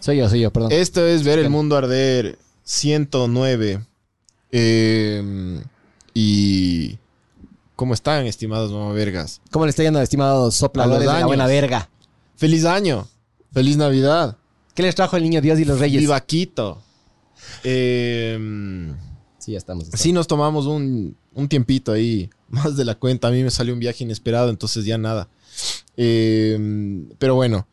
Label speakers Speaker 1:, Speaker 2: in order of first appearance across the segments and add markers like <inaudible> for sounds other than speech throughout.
Speaker 1: Soy yo, soy yo, perdón.
Speaker 2: Esto es Ver el Mundo Arder 109. Eh, y. ¿Cómo están, estimados mamavergas?
Speaker 1: ¿Cómo le está yendo, estimado
Speaker 2: A los
Speaker 1: sopladores de la
Speaker 2: años.
Speaker 1: buena verga?
Speaker 2: ¡Feliz año! ¡Feliz Navidad!
Speaker 1: ¿Qué les trajo el niño Dios y los reyes?
Speaker 2: ¡Viva Quito! Eh,
Speaker 1: Sí, ya estamos. ya
Speaker 2: sí, nos tomamos un, un tiempito ahí, más de la cuenta. A mí me salió un viaje inesperado, entonces ya nada. Eh, pero bueno,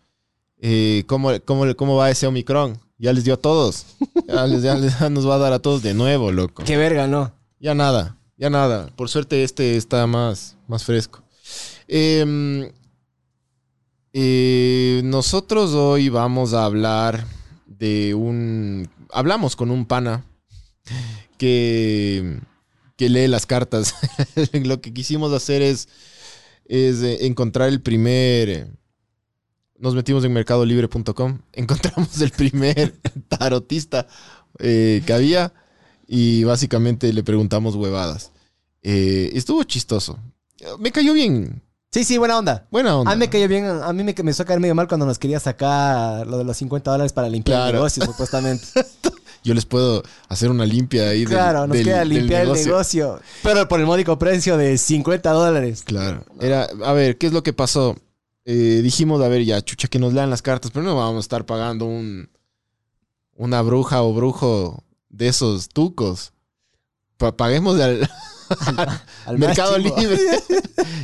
Speaker 2: eh, ¿cómo, cómo, cómo va ese Omicron? Ya les dio a todos. Ya, les- ya les- ya nos va a dar a todos de nuevo, loco.
Speaker 1: estamos. Qué verga, ¿no?
Speaker 2: Ya nada, ya nada. Por suerte este está más, más fresco. Em, eh, nosotros hoy vamos a hablar de un... Hablamos con un pana que, que lee las cartas. <laughs> Lo que quisimos hacer es, es eh, encontrar el primer... Nos metimos en mercadolibre.com, <laughs> encontramos el primer tarotista eh, que había y básicamente le preguntamos huevadas. Eh, estuvo chistoso. Me cayó bien.
Speaker 1: Sí, sí, buena onda.
Speaker 2: Buena onda.
Speaker 1: A mí Ah, me cayó bien, a mí me me hizo caer medio mal cuando nos quería sacar lo de los 50 dólares para limpiar el
Speaker 2: Claro.
Speaker 1: <laughs> negocio, supuestamente.
Speaker 2: Yo les puedo hacer una limpia ahí. del-
Speaker 1: claro, nos
Speaker 2: del-
Speaker 1: queda
Speaker 2: del
Speaker 1: limpiar el negocio, pero por el módico precio de 50 dólares.
Speaker 2: Claro. Era, a ver, ¿qué es lo que pasó? Eh, dijimos, a ver, ya, chucha, que nos lean las cartas, pero no vamos a estar pagando un una bruja o brujo de esos tucos. Pa- paguemos
Speaker 1: <laughs>
Speaker 2: al,
Speaker 1: Al más
Speaker 2: Mercado
Speaker 1: chivo. <laughs>
Speaker 2: Libre.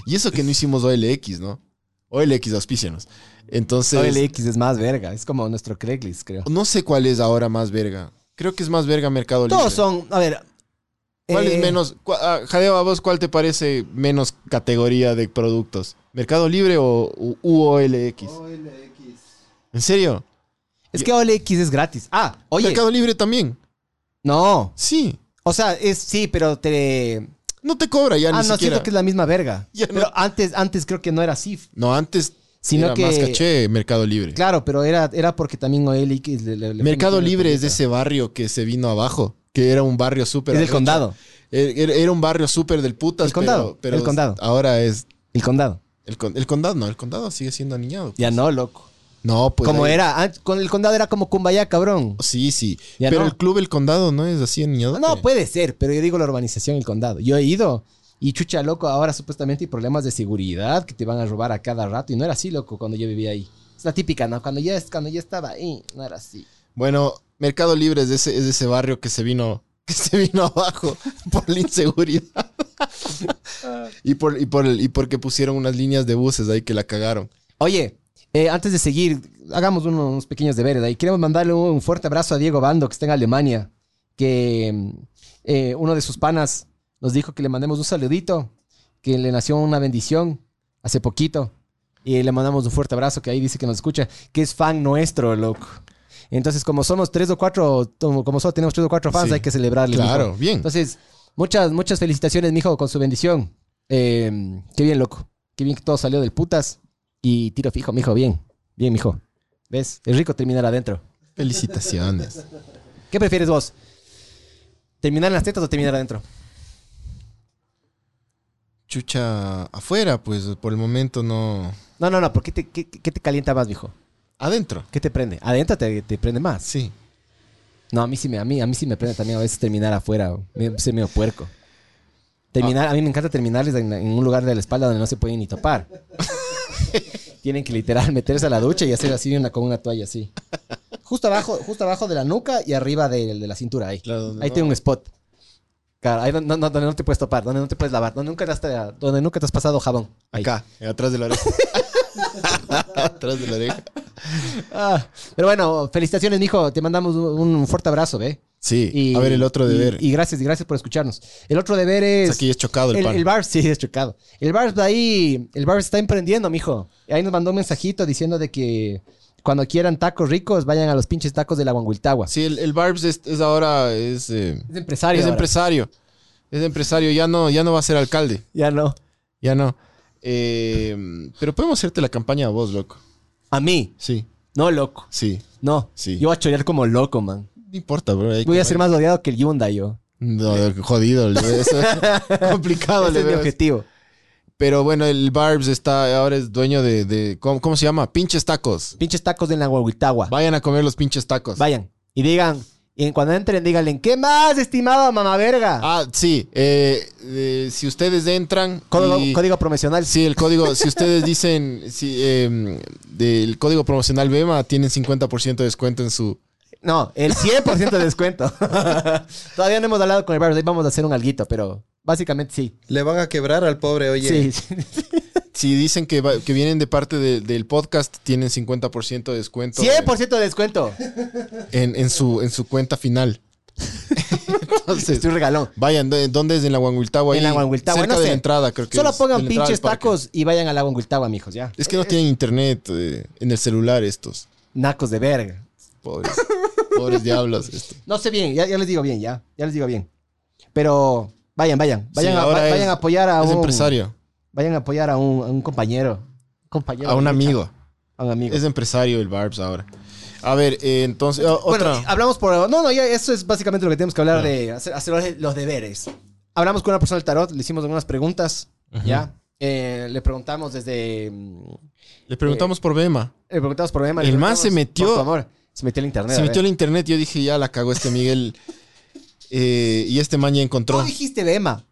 Speaker 2: y eso que no hicimos OLX, ¿no? OLX, auspícianos. Entonces.
Speaker 1: OLX es más verga, es como nuestro Craigslist, creo.
Speaker 2: No sé cuál es ahora más verga. Creo que es más verga Mercado Libre.
Speaker 1: Todos son, a ver.
Speaker 2: ¿Cuál
Speaker 1: eh,
Speaker 2: es menos? cua- ah, Jadeo, a vos, ¿cuál te parece menos categoría de productos? ¿Mercado Libre o u- UOLX? ¿En serio?
Speaker 1: Es que OLX es gratis. Ah, oye.
Speaker 2: Mercado Libre también.
Speaker 1: No.
Speaker 2: Sí.
Speaker 1: O sea, es sí, pero te.
Speaker 2: No te cobra ya
Speaker 1: ah,
Speaker 2: ni
Speaker 1: no,
Speaker 2: siquiera.
Speaker 1: siento que es la misma verga.
Speaker 2: <laughs> Ya
Speaker 1: pero
Speaker 2: no.
Speaker 1: antes, antes creo que no era así.
Speaker 2: No, antes
Speaker 1: Sino
Speaker 2: era
Speaker 1: que-
Speaker 2: más caché Mercado Libre.
Speaker 1: Claro, pero era, era porque también OLX le, le- le
Speaker 2: Mercado
Speaker 1: fue metiendo
Speaker 2: Libre es de
Speaker 1: la
Speaker 2: ese barrio que se vino abajo, que era un barrio súper.
Speaker 1: Es del
Speaker 2: arrecho.
Speaker 1: condado.
Speaker 2: Er- er- Era un barrio súper del putas.
Speaker 1: El condado,
Speaker 2: pero- pero
Speaker 1: el condado.
Speaker 2: Ahora es.
Speaker 1: El condado.
Speaker 2: El, con- el condado, no, el condado sigue siendo aniñado.
Speaker 1: Ya no, loco.
Speaker 2: No, pues.
Speaker 1: como
Speaker 2: ahí-
Speaker 1: era. antes- con el condado era como Cumbaya, cabrón.
Speaker 2: Sí, sí.
Speaker 1: Ya
Speaker 2: pero
Speaker 1: no.
Speaker 2: el club El Condado no es así en Ñadote.
Speaker 1: No, pues- puede ser, pero yo digo la urbanización, el condado. Yo he ido. Y chucha, loco, ahora supuestamente hay problemas de seguridad que te van a robar a cada rato. Y no era así, loco, cuando yo vivía ahí. Es la típica, ¿no? Cuando ya, es- cuando ya estaba ahí, no era así.
Speaker 2: Bueno, Mercado Libre es de ese, es de ese barrio que se vino <laughs> que se vino abajo <laughs> por la inseguridad.
Speaker 1: Ah.
Speaker 2: y, por, y, por el- y porque pusieron unas líneas de buses ahí que la cagaron.
Speaker 1: Oye, eh, antes de seguir, hagamos unos, pequeños deberes ahí. Queremos mandarle un fuerte abrazo a Diego Bando, que está en Alemania, que mm, eh, uno de sus panas nos dijo que le mandemos un saludito, que le nació una bendición hace poquito. Y le mandamos un fuerte abrazo, que ahí dice que nos escucha, que es fan nuestro, loco. Entonces, como somos tres o cuatro, como como solo tenemos tres o cuatro fans,
Speaker 2: Sí.
Speaker 1: hay que celebrarle. mijo.
Speaker 2: Claro, bien.
Speaker 1: Entonces, muchas, muchas felicitaciones, mijo, con su bendición. Eh, qué bien, loco. Qué bien que todo salió del putas. Y tiro fijo, mijo, bien. Bien, mijo. ¿Ves? Es rico terminar adentro.
Speaker 2: Felicitaciones.
Speaker 1: ¿Qué prefieres vos? ¿Terminar en las tetas o terminar adentro?
Speaker 2: Chucha afuera, pues por el momento no.
Speaker 1: No, no, no. ¿Por qué te, qué, qué te calienta más, mijo?
Speaker 2: Adentro.
Speaker 1: ¿Qué te prende? Adentro te, te prende más.
Speaker 2: Sí.
Speaker 1: No, a mí sí me, a mí, a mí sí me prende también a veces terminar afuera. Me, se me puerco.
Speaker 2: Ah.
Speaker 1: Terminar, a mí me encanta terminarles en, en un lugar de la espalda donde no se pueden ni
Speaker 2: <laughs>
Speaker 1: topar. Tienen que literal meterse a la ducha y hacer así una, con una toalla así. Justo abajo, justo abajo de la nuca y arriba de, de la cintura ahí.
Speaker 2: Claro, donde
Speaker 1: ahí
Speaker 2: no-
Speaker 1: tiene un spot. Claro, ahí don- no- no- donde no te puedes topar, donde no te puedes lavar, donde nunca te has, donde nunca te has pasado jabón. Ahí.
Speaker 2: Acá, atrás de
Speaker 1: <laughs>
Speaker 2: la oreja. atrás de la oreja.
Speaker 1: Ah, pero bueno, felicitaciones, mijo. Te mandamos un un fuerte abrazo, ¿eh? ¿ve?
Speaker 2: Sí.
Speaker 1: Y-
Speaker 2: a ver, el otro
Speaker 1: y-
Speaker 2: deber.
Speaker 1: Y, gracias, y gracias por escucharnos. El otro deber
Speaker 2: O
Speaker 1: es.
Speaker 2: sea, que ya es chocado el,
Speaker 1: el,
Speaker 2: pan.
Speaker 1: el bar, <laughs> sí, es chocado. El bar de ahí. El bar está emprendiendo, mijo. Ahí nos mandó un mensajito diciendo de que Cuando quieran tacos ricos, vayan a los pinches tacos de la Guanguiltagua.
Speaker 2: Sí, el, el Barbs es, es ahora. Es, eh,
Speaker 1: Es empresario.
Speaker 2: es
Speaker 1: ahora.
Speaker 2: empresario. Es empresario. Ya no, ya no va a ser alcalde.
Speaker 1: Ya no.
Speaker 2: Ya no. Eh, pero podemos hacerte la campaña a vos, loco.
Speaker 1: A mí,
Speaker 2: Sí,
Speaker 1: no loco.
Speaker 2: sí.
Speaker 1: No.
Speaker 2: Sí.
Speaker 1: Yo voy a chorear como loco, man.
Speaker 2: No importa, bro. hay
Speaker 1: Voy
Speaker 2: que-
Speaker 1: a ser más odiado que el Yunda yo.
Speaker 2: No, jodido. le veo
Speaker 1: <laughs>
Speaker 2: eso. Complicado,
Speaker 1: Ese
Speaker 2: le
Speaker 1: es mi
Speaker 2: veo eso.
Speaker 1: objetivo.
Speaker 2: Pero bueno, el Barbs está, ahora es dueño de, de- ¿cómo, cómo se llama? Pinches tacos.
Speaker 1: Pinches tacos de la Guanguiltagua.
Speaker 2: Vayan a comer los pinches tacos.
Speaker 1: Vayan. Y digan, y en- cuando entren, díganle, ¿qué más, estimado mamá verga?
Speaker 2: Ah, sí. eh, eh, si ustedes entran...
Speaker 1: código,
Speaker 2: y-
Speaker 1: código promocional.
Speaker 2: Sí, el código, si ustedes dicen si, eh, del código promocional BEMA, tienen 50% de descuento en su...
Speaker 1: No, el 100% de descuento. <laughs> Todavía no hemos hablado con el barrio. Ahí vamos a hacer un alguito, pero básicamente sí.
Speaker 3: Le van a quebrar al pobre, oye.
Speaker 1: Sí,
Speaker 2: eh.
Speaker 1: sí.
Speaker 2: Si dicen que, va- que vienen de parte de- del podcast, tienen 50% de descuento en-
Speaker 1: 100% de descuento.
Speaker 2: en, en su, en su cuenta final. Entonces,
Speaker 1: Es un regalón.
Speaker 2: vayan, ¿dó- ¿dónde es? En la Huanguiltagua.
Speaker 1: En la
Speaker 2: ahí,
Speaker 1: Huanguiltagua,
Speaker 2: Cerca
Speaker 1: no
Speaker 2: de
Speaker 1: sé.
Speaker 2: la entrada, creo que
Speaker 1: Solo
Speaker 2: es,
Speaker 1: pongan
Speaker 2: de la entrada
Speaker 1: pinches
Speaker 2: al parque.
Speaker 1: tacos y vayan a la Guanguiltagua, mijos, ya.
Speaker 2: Es que no tienen internet eh, en el celular estos.
Speaker 1: Nacos de verga.
Speaker 2: Pobres. Pobres diablos. este. Esto.
Speaker 1: No sé bien, ya, ya les digo bien, ya. Ya les digo bien. Pero vayan, vayan. Vayan,
Speaker 2: Sí,
Speaker 1: a,
Speaker 2: ahora
Speaker 1: va-
Speaker 2: es-
Speaker 1: vayan a apoyar a
Speaker 2: es
Speaker 1: un...
Speaker 2: empresario.
Speaker 1: Vayan a apoyar a un, a un compañero. compañero.
Speaker 2: A un
Speaker 1: de lucha,
Speaker 2: amigo.
Speaker 1: A un amigo.
Speaker 2: Es empresario el Barbs ahora. A ver, eh, entonces. o-
Speaker 1: Bueno,
Speaker 2: otra.
Speaker 1: hablamos por... No, no, ya eso es básicamente lo que tenemos que hablar de hacer, hacer los- los deberes. Hablamos con una persona del tarot, le hicimos algunas preguntas, ¿ya? Eh, le preguntamos desde... mm,
Speaker 2: Le preguntamos por Bema.
Speaker 1: Le preguntamos por Emma, le
Speaker 2: El man
Speaker 1: preguntamos
Speaker 2: se metió-
Speaker 1: por tu amor. Se metió al internet.
Speaker 2: Se
Speaker 1: a
Speaker 2: metió al
Speaker 1: ver.
Speaker 2: internet. Yo dije, ya la cagó este Miguel. Eh, y este man ya encontró.
Speaker 1: Tú dijiste Bema.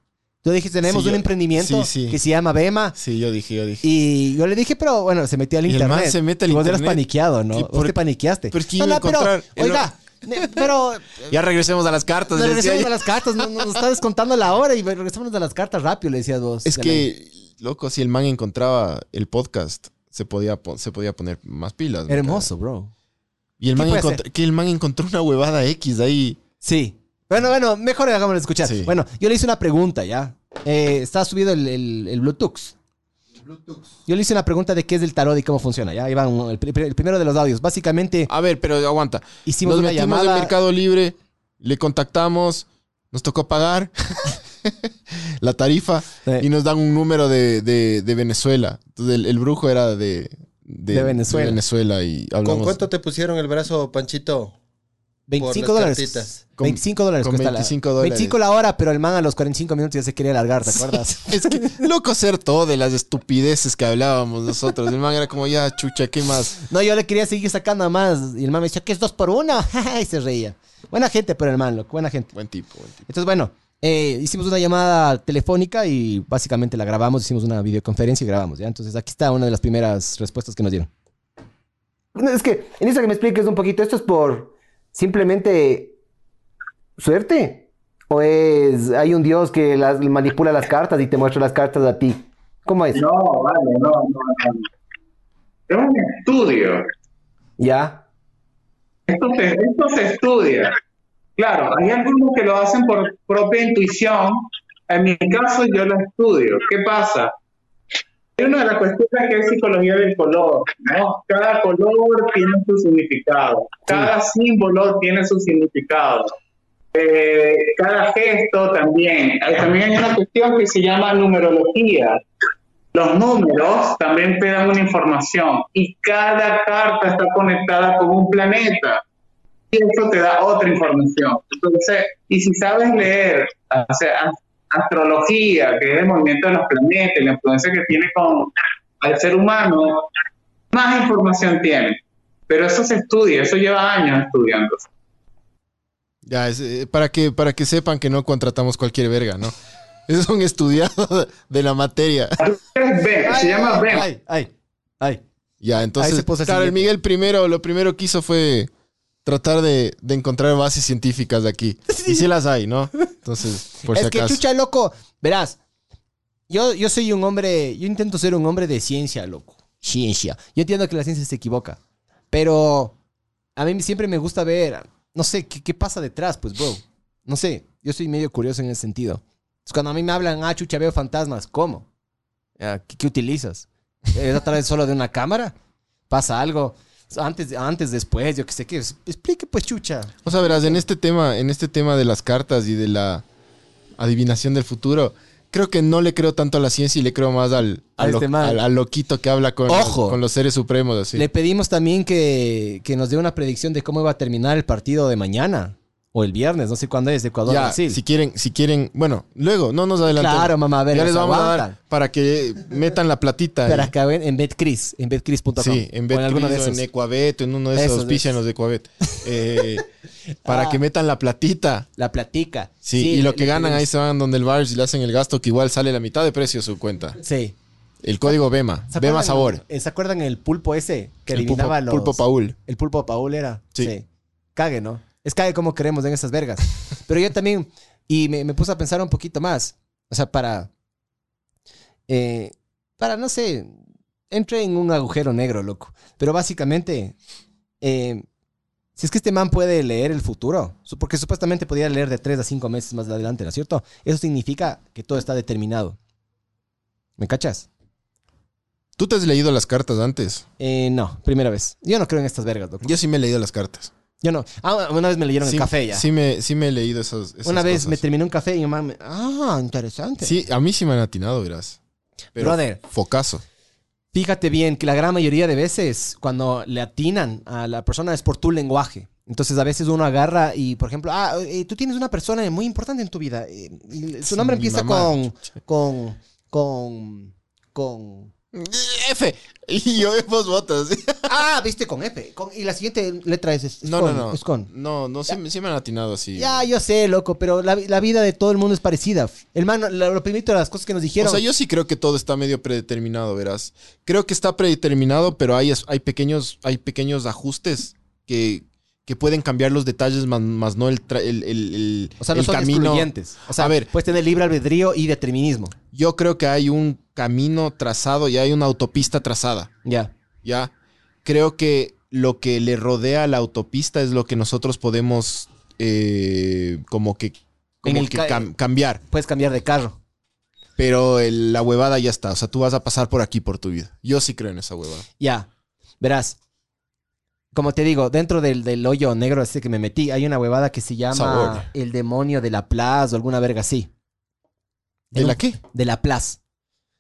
Speaker 1: Tú dijiste, tenemos
Speaker 2: Sí,
Speaker 1: un
Speaker 2: yo-
Speaker 1: emprendimiento
Speaker 2: sí, sí.
Speaker 1: que se llama Bema.
Speaker 2: Sí, yo dije, yo dije.
Speaker 1: Y yo le dije, pero bueno, se metió al
Speaker 2: Y el
Speaker 1: internet.
Speaker 2: man se mete al
Speaker 1: Y Vos eras
Speaker 2: internet.
Speaker 1: paniqueado, ¿no?
Speaker 2: Sí,
Speaker 1: Vos
Speaker 2: por-
Speaker 1: te paniqueaste.
Speaker 2: pero es que
Speaker 1: No,
Speaker 2: iba a
Speaker 1: no, pero,
Speaker 2: encontrar el-
Speaker 1: oiga, ne- pero
Speaker 2: Ya regresemos a las cartas.
Speaker 1: nos
Speaker 2: le decía
Speaker 1: regresamos
Speaker 2: yo.
Speaker 1: a las cartas. Nos, nos está descontando la hora y regresamos a las cartas rápido, le decías vos.
Speaker 2: Es
Speaker 1: Ya
Speaker 2: que, loco, si el man encontraba el podcast, se podía, po- se podía poner más pilas.
Speaker 1: la-
Speaker 2: ¿no?
Speaker 1: Hermoso, bro.
Speaker 2: Y el
Speaker 1: ¿Qué
Speaker 2: man,
Speaker 1: puede
Speaker 2: encontr- que el man encontró una huevada X ahí.
Speaker 1: Sí. Bueno, bueno, mejor hagámoslo escuchar.
Speaker 2: Sí.
Speaker 1: Bueno, yo le hice una pregunta ya. Eh, está subido el, el- el Bluetooth. Yo le hice una pregunta de qué es el tarot y cómo funciona. Ya, ahí van el, pri- el primero de los audios. Básicamente
Speaker 2: A ver, pero aguanta.
Speaker 1: hicimos
Speaker 2: Ah, nos
Speaker 1: una
Speaker 2: metimos
Speaker 1: llamada.
Speaker 2: en Mercado Libre, le contactamos, nos tocó pagar <laughs> la tarifa
Speaker 1: Sí.
Speaker 2: y nos dan un número de, de- de Venezuela. Entonces el, el brujo era de,
Speaker 1: De Venezuela.
Speaker 2: Venezuela y hablamos <laughs>
Speaker 3: ¿Con cuánto te pusieron el brazo, Panchito?
Speaker 1: 25
Speaker 3: Por las
Speaker 1: dólares.
Speaker 3: cartitas.
Speaker 2: Con-
Speaker 1: 25 dólares
Speaker 2: con
Speaker 1: cuesta
Speaker 2: 25
Speaker 1: la,
Speaker 2: dólares.
Speaker 1: 25 la hora, pero el man a los 45 minutos ya se quería largar,
Speaker 2: <laughs>
Speaker 1: ¿te acuerdas?
Speaker 2: Es que loco ser todo de las estupideces que hablábamos nosotros. El man era como ya chucha, ¿qué más?
Speaker 1: No, yo le quería seguir sacando más y el man me decía que es dos por uno. <laughs> y se reía. Buena gente, pero el man, loco, buena gente.
Speaker 2: Buen tipo, buen tipo.
Speaker 1: Entonces, bueno, eh, hicimos una llamada telefónica y básicamente la grabamos, hicimos una videoconferencia y grabamos, ¿ya? Entonces, aquí está una de las primeras respuestas que nos dieron. es que en eso que me expliques un poquito, ¿esto es por simplemente suerte? ¿O es, hay un dios que las, manipula las cartas y te muestra las cartas a ti? ¿Cómo es?
Speaker 4: No, vale, no, no, no. Es un estudio.
Speaker 1: ¿Ya?
Speaker 4: Esto se, esto se estudia. Claro, hay algunos que lo hacen por propia intuición. En mi caso, yo lo estudio. ¿Qué pasa? Hay una de las cuestiones que es psicología del color, ¿no? Cada color tiene su significado. Cada símbolo tiene su significado. Eh, cada gesto también. Hay- También hay una cuestión que se llama numerología. Los números también te dan una información y cada carta está conectada con un planeta y eso te da otra información. Entonces, y si sabes leer, o sea, as- astrología, que es el movimiento de los planetas, y la influencia que tiene con el ser humano, más información tiene. Pero eso se estudia, eso lleva años estudiándose.
Speaker 2: Ya, es, eh, para, que, para que sepan que no contratamos cualquier verga, ¿no? <laughs> Es un estudiado de la materia.
Speaker 4: Es Ben, se llama Ben.
Speaker 1: Ay, ay, ay.
Speaker 2: Ya,
Speaker 1: Ahí
Speaker 2: entonces,
Speaker 1: se puso el
Speaker 2: claro, el
Speaker 1: siguiente.
Speaker 2: Miguel primero, lo primero que hizo fue tratar de, de encontrar bases científicas
Speaker 1: <laughs>
Speaker 2: de aquí. Y sí las hay, ¿no? Entonces, por
Speaker 1: es
Speaker 2: si
Speaker 1: que
Speaker 2: acaso.
Speaker 1: chucha, loco. Verás, yo, yo soy un hombre, yo intento ser un hombre de ciencia, loco. Ciencia. Yo entiendo que la ciencia se equivoca, pero a mí siempre me gusta ver, no sé, qué, qué pasa detrás, pues, bro. No sé, yo soy medio curioso en ese sentido. Entonces, cuando a mí me hablan, ah, chucha, veo fantasmas, ¿cómo? "Eh, Ah, ¿Qué, qué utilizas? ¿Es a través solo de una cámara? ¿Pasa algo? Antes, antes, después, yo qué sé qué. Es- Explique, pues, chucha.
Speaker 2: O sea, verás, en este tema, en este tema de las cartas y de la adivinación del futuro, creo que no le creo tanto a la ciencia y le creo más al,
Speaker 1: A
Speaker 2: al
Speaker 1: este
Speaker 2: lo-
Speaker 1: man.
Speaker 2: al- al loquito que habla con,
Speaker 1: Ojo.
Speaker 2: con los seres supremos así.
Speaker 1: Le pedimos también que, que nos dé una predicción de cómo va a terminar el partido de mañana. O el viernes, no sé cuándo es, de Ecuador
Speaker 2: Ya,
Speaker 1: Brasil.
Speaker 2: si quieren, si quieren, bueno, luego, no nos adelantemos.
Speaker 1: Claro, mamá, a ver,
Speaker 2: ya les
Speaker 1: nos
Speaker 2: vamos a dar
Speaker 1: aguantan.
Speaker 2: para que metan la platita.
Speaker 1: <laughs>
Speaker 2: ahí.
Speaker 1: Pero acá ven en Betcris, en betcris.com.
Speaker 2: Sí, en
Speaker 1: o en alguno de
Speaker 2: Betcris o en
Speaker 1: esos.
Speaker 2: Ecuabet, en uno de
Speaker 1: Esos,
Speaker 2: esos,
Speaker 1: de
Speaker 2: auspician
Speaker 1: esos.
Speaker 2: los
Speaker 1: <laughs>
Speaker 2: de Ecuabet. Eh, para
Speaker 1: Ah.
Speaker 2: que metan la platita.
Speaker 1: La platica.
Speaker 2: Sí, y lo
Speaker 1: le-
Speaker 2: que
Speaker 1: le
Speaker 2: ganan ahí
Speaker 1: pedimos-
Speaker 2: se van donde el bar y le hacen el gasto que igual sale la mitad de precio su cuenta.
Speaker 1: Sí.
Speaker 2: El código BEMA,
Speaker 1: ¿Se
Speaker 2: BEMA
Speaker 1: acuerdan-
Speaker 2: Sabor.
Speaker 1: eh, ¿Se acuerdan el pulpo ese que
Speaker 2: El pulpo,
Speaker 1: eliminaba los.
Speaker 2: pulpo Paul.
Speaker 1: El pulpo Paul era.
Speaker 2: Sí.
Speaker 1: Sí. Cague, ¿no? Es cague como queremos en esas vergas. <laughs> Pero yo también, y me, me puse a pensar un poquito más. O sea, para. eh, para, no sé. Entre en un agujero negro, loco. Pero básicamente. eh, si es que este man puede leer el futuro, su- porque supuestamente podía leer de 3 a 5 meses más adelante, ¿no es cierto? Eso significa que todo está determinado. ¿Me cachas?
Speaker 2: ¿Tú te has leído las cartas antes?
Speaker 1: Eh, no, primera vez. Yo no creo en estas vergas, loco.
Speaker 2: Yo sí me he leído las cartas.
Speaker 1: Yo no. Ah, una vez me leyeron
Speaker 2: sí,
Speaker 1: el café ya.
Speaker 2: Sí me, sí me he leído esas, esas
Speaker 1: una vez
Speaker 2: cosas.
Speaker 1: me terminé un café y mi mamá me... Ah, interesante.
Speaker 2: Sí, a mí sí me han atinado, verás. Pero
Speaker 1: Brother,
Speaker 2: Focazo.
Speaker 1: fíjate bien que la gran mayoría de veces cuando le atinan a la persona es por tu lenguaje. Entonces a veces uno agarra y, por ejemplo, ah, eh, tú tienes una persona muy importante en tu vida. Eh, y su nombre
Speaker 2: Mi
Speaker 1: empieza
Speaker 2: mamá.
Speaker 1: con... Con... Con... Con...
Speaker 2: <laughs> F. Y yo vos botas.
Speaker 1: Ah, viste, con F. Con- y la siguiente letra es... es
Speaker 2: No,
Speaker 1: con,
Speaker 2: no, no.
Speaker 1: Es con...
Speaker 2: No, no, sí, me- sí me han atinado así.
Speaker 1: Ya, yo sé, loco, pero la, la vida de todo el mundo es parecida. Hermano, lo, lo primero de las cosas que nos dijeron...
Speaker 2: O sea, yo sí creo que todo está medio predeterminado, verás. Creo que está predeterminado, pero hay, es- hay, pequeños, hay pequeños ajustes que, que pueden cambiar los detalles, más, más no el, tra- el, el- el-
Speaker 1: O sea, no
Speaker 2: el
Speaker 1: son excluyentes. O sea,
Speaker 2: A ver.
Speaker 1: puedes tener libre albedrío y determinismo.
Speaker 2: Yo creo que hay un camino trazado y hay una autopista trazada,
Speaker 1: Ya.
Speaker 2: ¿ya? Creo que lo que le rodea a la autopista es lo que nosotros podemos eh, como que, como
Speaker 1: En el
Speaker 2: que
Speaker 1: ca-
Speaker 2: cam- cambiar.
Speaker 1: Puedes cambiar de carro.
Speaker 2: Pero el- la huevada ya está. O sea, tú vas a pasar por aquí por tu vida. Yo sí creo en esa huevada.
Speaker 1: Ya. Verás. Como te digo, dentro del, del hoyo negro ese que me metí, hay una huevada que se llama
Speaker 2: Sabor.
Speaker 1: El demonio de la Plaza o alguna verga así.
Speaker 2: ¿De
Speaker 1: En
Speaker 2: la
Speaker 1: un-
Speaker 2: qué?
Speaker 1: De la Plaza.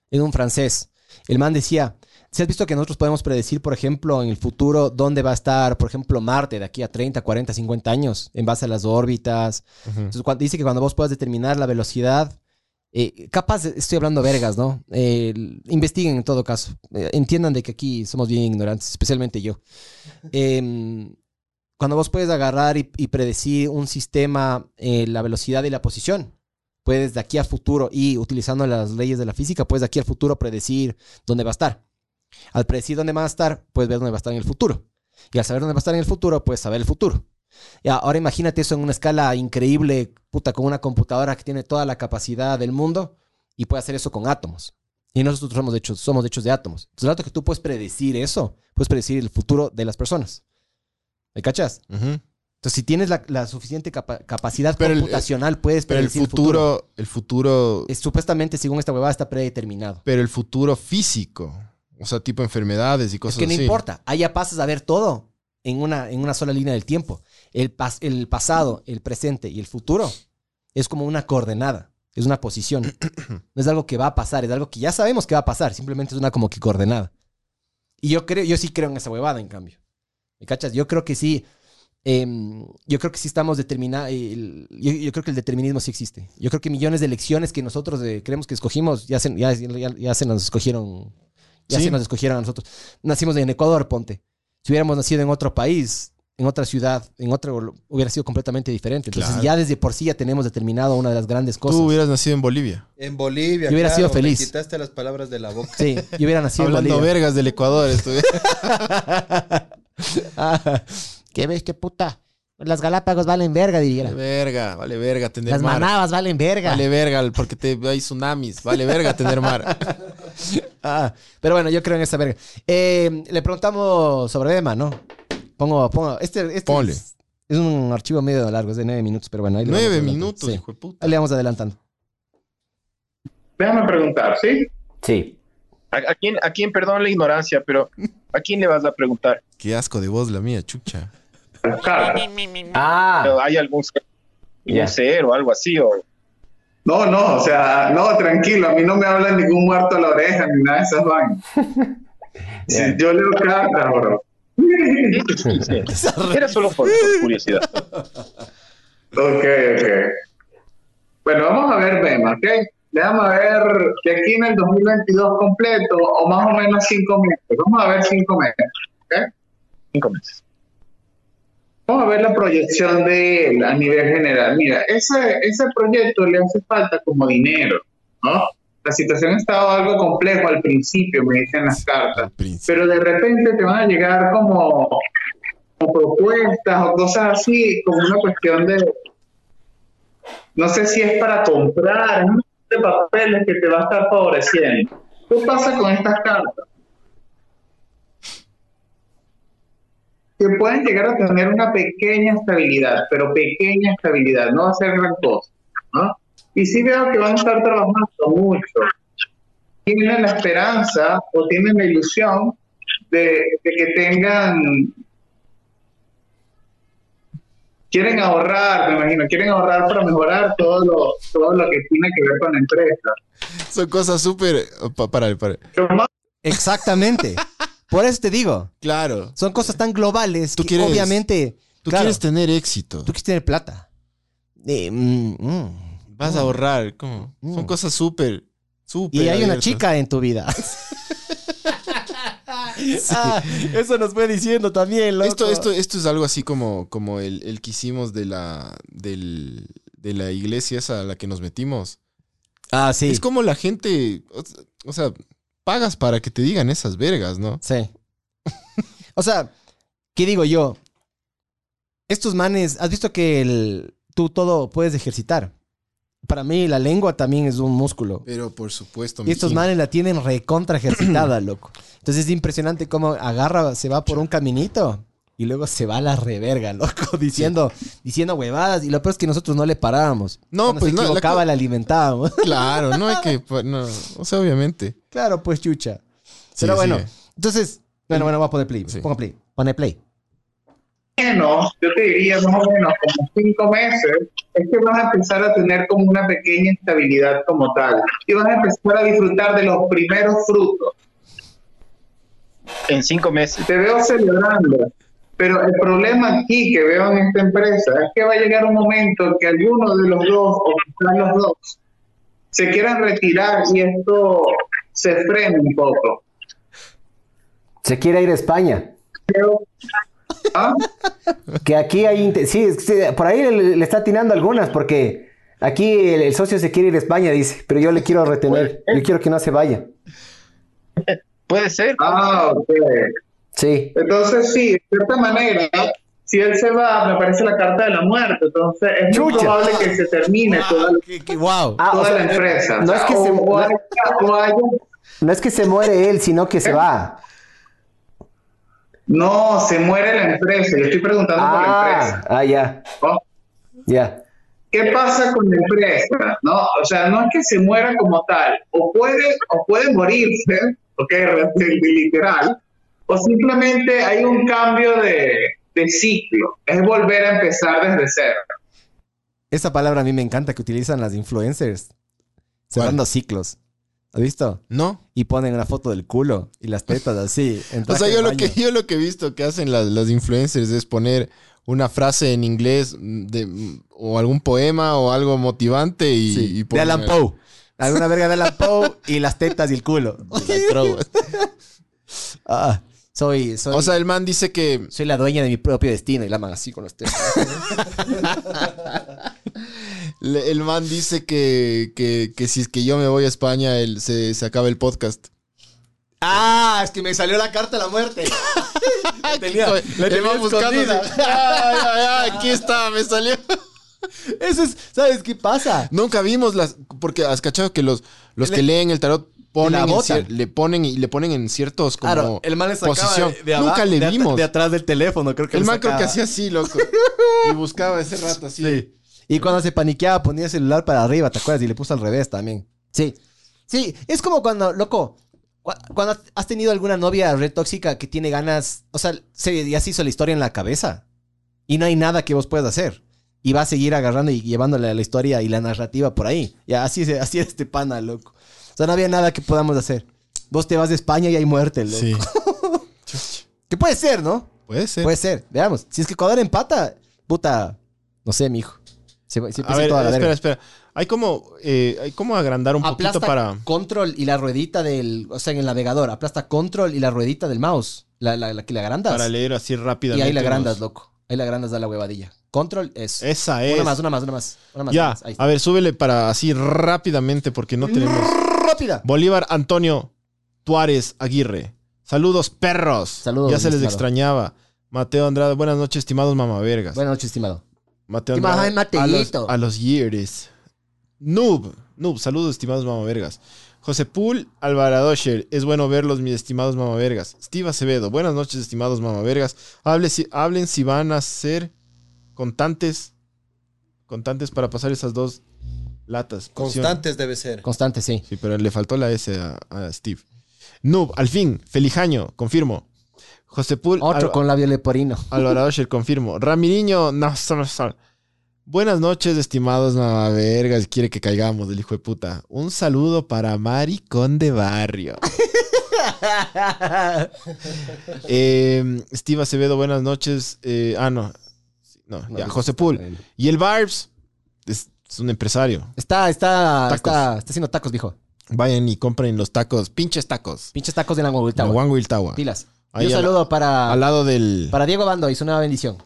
Speaker 1: En un francés. El man decía, si has visto que nosotros podemos predecir, por ejemplo, en el futuro, dónde va a estar, por ejemplo, Marte de aquí a 30, 40, 50 años, en base a las órbitas, Entonces, cuando- dice que cuando vos puedas determinar la velocidad, eh, capaz, estoy hablando vergas, ¿no? Eh, investiguen en todo caso. Eh, entiendan de que aquí somos bien ignorantes, especialmente yo. Em, cuando vos puedes agarrar y, y predecir un sistema, eh, la velocidad y la posición, puedes de aquí a futuro, y utilizando las leyes de la física, puedes de aquí al futuro predecir dónde va a estar. Al predecir dónde va a estar, puedes ver dónde va a estar en el futuro. Y al saber dónde va a estar en el futuro, puedes saber el futuro. Ya, ahora imagínate eso en una escala increíble, puta, con una computadora que tiene toda la capacidad del mundo y puede hacer eso con átomos. Y nosotros somos hechos, somos hechos de átomos. Entonces, el rato que tú puedes predecir eso, puedes predecir el futuro de las personas. ¿Me cachas?
Speaker 2: Ujú.
Speaker 1: Entonces, si tienes la, la suficiente capa- capacidad
Speaker 2: Pero el- eh,
Speaker 1: computacional, puedes
Speaker 2: Pero el
Speaker 1: predecir
Speaker 2: futuro, el futuro,
Speaker 1: Es- supuestamente, según esta huevada, está predeterminado.
Speaker 2: pero el futuro físico, o sea, tipo enfermedades y
Speaker 1: Es
Speaker 2: cosas
Speaker 1: que no
Speaker 2: así.
Speaker 1: importa. Allá pasas a ver todo en una, en una sola línea del tiempo. El, pas- el pasado, el presente y el futuro es como una coordenada. Es una posición.
Speaker 2: <clears throat>
Speaker 1: No es algo que va a pasar, es algo que ya sabemos que va a pasar. Simplemente es una como que coordenada. Y yo creo, yo sí creo en esa huevada, en cambio. ¿Me cachas? Yo creo que sí. em, yo creo que sí estamos determinados. Yo, yo creo que el determinismo sí existe. Yo creo que millones de elecciones que nosotros eh, creemos que escogimos ya se, ya, ya- ya se nos escogieron. Ya
Speaker 2: Sí.
Speaker 1: se nos escogieron a nosotros. Nacimos en Ecuador, ponte. Si hubiéramos nacido en otro país, en otra ciudad, en otro, hubiera sido completamente diferente. Entonces
Speaker 2: Claro.
Speaker 1: ya desde por sí ya tenemos determinado una de las grandes
Speaker 2: Tú eh.
Speaker 1: cosas.
Speaker 2: hubieras nacido en Bolivia.
Speaker 3: En Bolivia.
Speaker 1: Yo hubiera sido
Speaker 3: me
Speaker 1: feliz.
Speaker 3: quitaste las palabras de la
Speaker 1: <laughs>
Speaker 3: boca.
Speaker 1: Sí, yo hubiera nacido en
Speaker 2: <laughs> Hablando
Speaker 1: Bolivia.
Speaker 2: vergas del Ecuador.
Speaker 1: <laughs>
Speaker 2: estuve-
Speaker 1: Ah, <laughs> ¿Qué ves, qué puta? Las Galápagos valen verga, diría.
Speaker 2: vale verga, vale verga tener
Speaker 1: Las
Speaker 2: mar.
Speaker 1: manabas valen verga.
Speaker 2: Vale verga, porque te, hay tsunamis. Vale verga tener
Speaker 1: <laughs>
Speaker 2: mar.
Speaker 1: Ah, pero bueno, yo creo en esa verga. Eh, le preguntamos sobre Emma, ¿no? Pongo, pongo. Este, este
Speaker 2: Ponle.
Speaker 1: Es, es un archivo medio largo, es de nueve minutos, pero bueno. ahí le vamos
Speaker 2: Nueve
Speaker 1: adelantando.
Speaker 2: minutos,
Speaker 1: Sí.
Speaker 2: hijo de puta.
Speaker 1: Ahí le vamos adelantando.
Speaker 4: Déjame preguntar, ¿sí?
Speaker 5: Sí. ¿A, a quién, ¿A quién, perdón la ignorancia, pero ¿a quién le vas a preguntar?
Speaker 2: Qué asco de voz la mía, chucha.
Speaker 4: Claro.
Speaker 5: Pero
Speaker 6: Ah,
Speaker 5: ¿Hay algún, ser- algún
Speaker 6: Ya.
Speaker 5: ser o algo así? O,
Speaker 4: No, no, o sea, no, tranquilo, a mí no me habla ningún muerto a la oreja ni nada de esas vainas. Si
Speaker 6: Ya.
Speaker 4: yo leo cartas, bro.
Speaker 5: Sí, sí,
Speaker 6: <laughs>
Speaker 5: sí. Era solo por, por curiosidad.
Speaker 4: Ok, ok. Bueno, vamos a ver Bema, ¿ok? Le vamos a ver de aquí en el 2022 completo o más o menos cinco meses. Vamos a ver cinco meses, ¿ok?
Speaker 5: Cinco meses.
Speaker 4: Vamos a ver la proyección de él a nivel general. Mira, ese, ese proyecto le hace falta como dinero, ¿no? La situación ha estado algo compleja al principio, me dicen las cartas.
Speaker 2: Al príncipe.
Speaker 4: pero de repente te van a llegar como, como propuestas o cosas así, como una cuestión de, no sé si es para comprar, es un montón de papeles que te va a estar favoreciendo. ¿Qué pasa con estas cartas? Que pueden llegar a tener una pequeña estabilidad, pero pequeña estabilidad, no va a ser gran cosa, ¿no? Y sí veo que van a estar trabajando mucho, tienen la esperanza o tienen la ilusión de, de que tengan, quieren ahorrar, me imagino, quieren ahorrar para mejorar todo lo, todo lo que tiene que ver con la empresa.
Speaker 2: Son cosas súper. pa- Párale, párale.
Speaker 4: Lo más
Speaker 2: <laughs>
Speaker 1: Exactamente. Por eso te digo,
Speaker 2: Claro.
Speaker 1: son cosas tan globales
Speaker 2: Tú
Speaker 1: que
Speaker 2: quieres-
Speaker 1: obviamente
Speaker 2: Tú
Speaker 1: claro,
Speaker 2: quieres tener éxito.
Speaker 1: tú quieres tener plata. Eh, mm, mm.
Speaker 2: Vas a ahorrar. ¿Cómo?
Speaker 1: Mm.
Speaker 2: Son cosas súper. Súper.
Speaker 1: Y hay una
Speaker 2: abiertas.
Speaker 1: chica en tu
Speaker 2: <laughs>
Speaker 1: vida. <laughs> Ah, eso nos fue diciendo también, loco.
Speaker 2: Esto, esto, esto es algo así como, como el, el que hicimos de la, del- de la iglesia esa a la que nos metimos.
Speaker 1: Ah, sí.
Speaker 2: Es como la gente. o s- O sea, pagas para que te digan esas vergas, ¿no?
Speaker 1: Sí. O sea, ¿qué digo yo? Estos manes, has visto que el- tú todo puedes ejercitar. Para mí la lengua también es un músculo.
Speaker 2: Pero por supuesto,
Speaker 1: Y estos
Speaker 2: mijín.
Speaker 1: manes la tienen recontra ejercitada, <clears throat> loco. Entonces es impresionante cómo agarra, se va por un caminito y luego se va a la reverga, loco, <laughs> diciendo, diciendo huevadas. Y lo peor es que nosotros no le parábamos.
Speaker 2: No,
Speaker 1: Cuando
Speaker 2: pues
Speaker 1: se
Speaker 2: no, la
Speaker 1: equivocaba,
Speaker 2: co-
Speaker 1: la alimentábamos. <laughs>
Speaker 2: <laughs> Claro, no hay que. pa- no, o sea, obviamente.
Speaker 1: claro, pues chucha. Pero
Speaker 2: Sigue,
Speaker 1: bueno,
Speaker 2: sigue.
Speaker 1: entonces, bueno, bueno, voy a poner play.
Speaker 2: Sí.
Speaker 1: Pongo play. Pone play.
Speaker 4: o menos, yo te diría más o menos como cinco meses, es que vas a empezar a tener como una pequeña estabilidad como tal. Y vas a empezar a disfrutar de los primeros frutos.
Speaker 5: En cinco meses.
Speaker 4: te veo celebrando. Pero el problema aquí que veo en esta empresa es que va a llegar un momento que alguno de los dos, o quizás los dos, se quieran retirar y esto se frene un poco.
Speaker 6: se quiere ir a España.
Speaker 4: ¿Ah?
Speaker 6: Que aquí hay. inte- Sí, es que sí, por ahí le, le está atinando algunas, porque aquí el, el socio se quiere ir a España, dice, pero yo le quiero retener.
Speaker 4: Pues, ¿eh?
Speaker 6: Yo quiero que no se vaya.
Speaker 5: Puede ser.
Speaker 4: Ah, ok.
Speaker 6: Sí.
Speaker 4: Entonces, sí, de cierta manera, si él se va, me parece la carta de la muerte. Entonces, es muy
Speaker 6: Chucha.
Speaker 4: probable que se termine toda,
Speaker 1: wow.
Speaker 6: Ah, o
Speaker 4: toda la
Speaker 6: sea,
Speaker 4: empresa.
Speaker 6: no es que
Speaker 4: O-
Speaker 6: se-
Speaker 4: o haya- o haya
Speaker 6: no es que se muere él, sino que se va.
Speaker 4: No, se muere la empresa. Yo estoy preguntando por la
Speaker 6: Ah,
Speaker 4: empresa. Oh.
Speaker 6: ah, ya,
Speaker 4: ¿no?
Speaker 6: ya.
Speaker 4: ¿Qué pasa con la empresa? ¿No? O sea, no es que se muera como tal. O puede, o puede morirse, ok, literal. O simplemente hay un cambio de, de ciclo. Es volver a empezar desde cero.
Speaker 1: Esa palabra a mí me encanta que utilizan las influencers. Cerrando ciclos. ¿Has visto?
Speaker 2: ¿No?
Speaker 1: Y ponen una foto del culo y las tetas así. en
Speaker 2: O sea,
Speaker 1: traje
Speaker 2: yo
Speaker 1: de
Speaker 2: lo,
Speaker 1: baño.
Speaker 2: que, yo lo que he visto que hacen las, las influencers es poner una frase en inglés mm, de, mm, o algún poema o algo motivante y,
Speaker 1: Sí,
Speaker 2: y
Speaker 1: de Alan
Speaker 2: poner-
Speaker 1: Poe. Alguna verga de Alan Poe y las tetas y el
Speaker 2: <laughs>
Speaker 1: culo.
Speaker 2: Like, bro.
Speaker 1: <laughs> Ah, soy, soy,
Speaker 2: O sea, el man dice que
Speaker 1: soy la dueña de mi propio destino y la man así con las tetas.
Speaker 2: le- el man dice que, que, que si es que yo me voy a España, él, se, se acaba el podcast.
Speaker 1: ah, es que me salió la carta de la
Speaker 2: <laughs>
Speaker 1: muerte. La tenía,
Speaker 2: Oye,
Speaker 1: la
Speaker 2: el
Speaker 1: tenía
Speaker 2: man buscando
Speaker 1: escondida.
Speaker 2: así, "Ay, ay, ay, aquí está, me salió.
Speaker 1: <laughs> Eso es, ¿sabes qué pasa?
Speaker 2: Nunca vimos las. Porque has cachado que los, los que leen el tarot ponen
Speaker 1: La
Speaker 2: en
Speaker 1: botan.
Speaker 2: cier- le ponen y le ponen en ciertos como
Speaker 1: Claro, el man le sacaba
Speaker 2: posición.
Speaker 1: de, de abajo,
Speaker 2: Nunca le
Speaker 1: de at-
Speaker 2: vimos.
Speaker 1: de atrás del teléfono, creo que
Speaker 2: el
Speaker 1: le
Speaker 2: man creo que
Speaker 1: sacaba.
Speaker 2: hacía
Speaker 1: <laughs>
Speaker 2: así, loco. y buscaba ese rato así.
Speaker 1: Sí. Y cuando se paniqueaba ponía el celular para arriba, ¿te acuerdas? Y le puso al revés también. Sí. Sí, es como cuando, loco, Cu- Cuando has tenido alguna novia red tóxica que tiene ganas, o sea, se, ya se hizo la historia en la cabeza y no hay nada que vos puedas hacer. Y va a seguir agarrando y llevándole la historia y la narrativa por ahí. Ya, así, se- así era este pana, loco. O sea, no había nada que podamos hacer. Vos te vas de España y hay muerte, loco.
Speaker 2: Sí.
Speaker 1: Que puede ser, ¿no?
Speaker 2: Puede ser.
Speaker 1: Puede ser. Veamos. Si es que Ecuador empata, puta, no sé, mijo. Se, va- se
Speaker 2: a
Speaker 1: empieza pues,
Speaker 2: ver,
Speaker 1: toda la verga.
Speaker 2: espera, espera. Hay como, eh, hay como agrandar un
Speaker 1: aplasta
Speaker 2: poquito para...
Speaker 1: control y la ruedita del, o sea, en el navegador, aplasta control y la ruedita del mouse, la, la, la que le agrandas.
Speaker 2: Para leer así
Speaker 1: y
Speaker 2: rápidamente.
Speaker 1: ahí la agrandas,
Speaker 2: unos-
Speaker 1: loco. Ahí la agrandas da la huevadilla. Control es.
Speaker 2: Esa Eh, es.
Speaker 1: Una más, una más, una más. Una más. una
Speaker 2: ya,
Speaker 1: más. Ahí está.
Speaker 2: a ver, súbele para así rápidamente porque no tenemos...
Speaker 1: Rápida.
Speaker 2: Bolívar Antonio Tuárez Aguirre. Saludos, perros.
Speaker 1: Saludos,
Speaker 2: Ya se les
Speaker 1: estimado.
Speaker 2: extrañaba. Mateo Andrade, buenas noches, estimados mamavergas.
Speaker 1: Buenas noches, estimado.
Speaker 2: Mateo
Speaker 1: Estimado
Speaker 2: Andrade. a los,
Speaker 1: Mateito.
Speaker 2: a los years. Noob. Noob, saludos, estimados mamavergas. José Pool Alvaradosher, es bueno verlos, mis estimados mamavergas. Steve Acevedo, buenas noches, estimados mamavergas. Hable si- hablen si van a ser contantes. Contantes para pasar esas dos latas.
Speaker 3: Constantes debe ser.
Speaker 1: Constante, sí.
Speaker 2: Sí, pero le faltó la S a, a Steve. Noob, al fin, Felijaño, confirmo. José Pul,
Speaker 1: Otro
Speaker 2: Al- <laughs>
Speaker 1: con labio leporino.
Speaker 2: Álvaro Osher, confirmo. Ramiriño, no, no, no, no. Buenas noches, estimados mamavergas. Quiere que caigamos del hijo de puta. Un saludo para Maricón de <laughs> Barrio. Eh, Steve Acevedo, buenas noches. Eh, ah, no. Sí, No, ya, José Pul. Y el Barbs es- es un empresario.
Speaker 1: Está, está,
Speaker 2: Tacos.
Speaker 1: está, está haciendo tacos, viejo.
Speaker 2: Vayan y compren los tacos, pinches tacos.
Speaker 1: Pinches tacos de la huevita,
Speaker 2: La
Speaker 1: güey.
Speaker 2: Wango Iltawa.
Speaker 1: Pilas. Y
Speaker 2: Ahí
Speaker 1: un
Speaker 2: al-
Speaker 1: saludo para,
Speaker 2: Al lado del.
Speaker 1: para Diego Bando y su nueva bendición.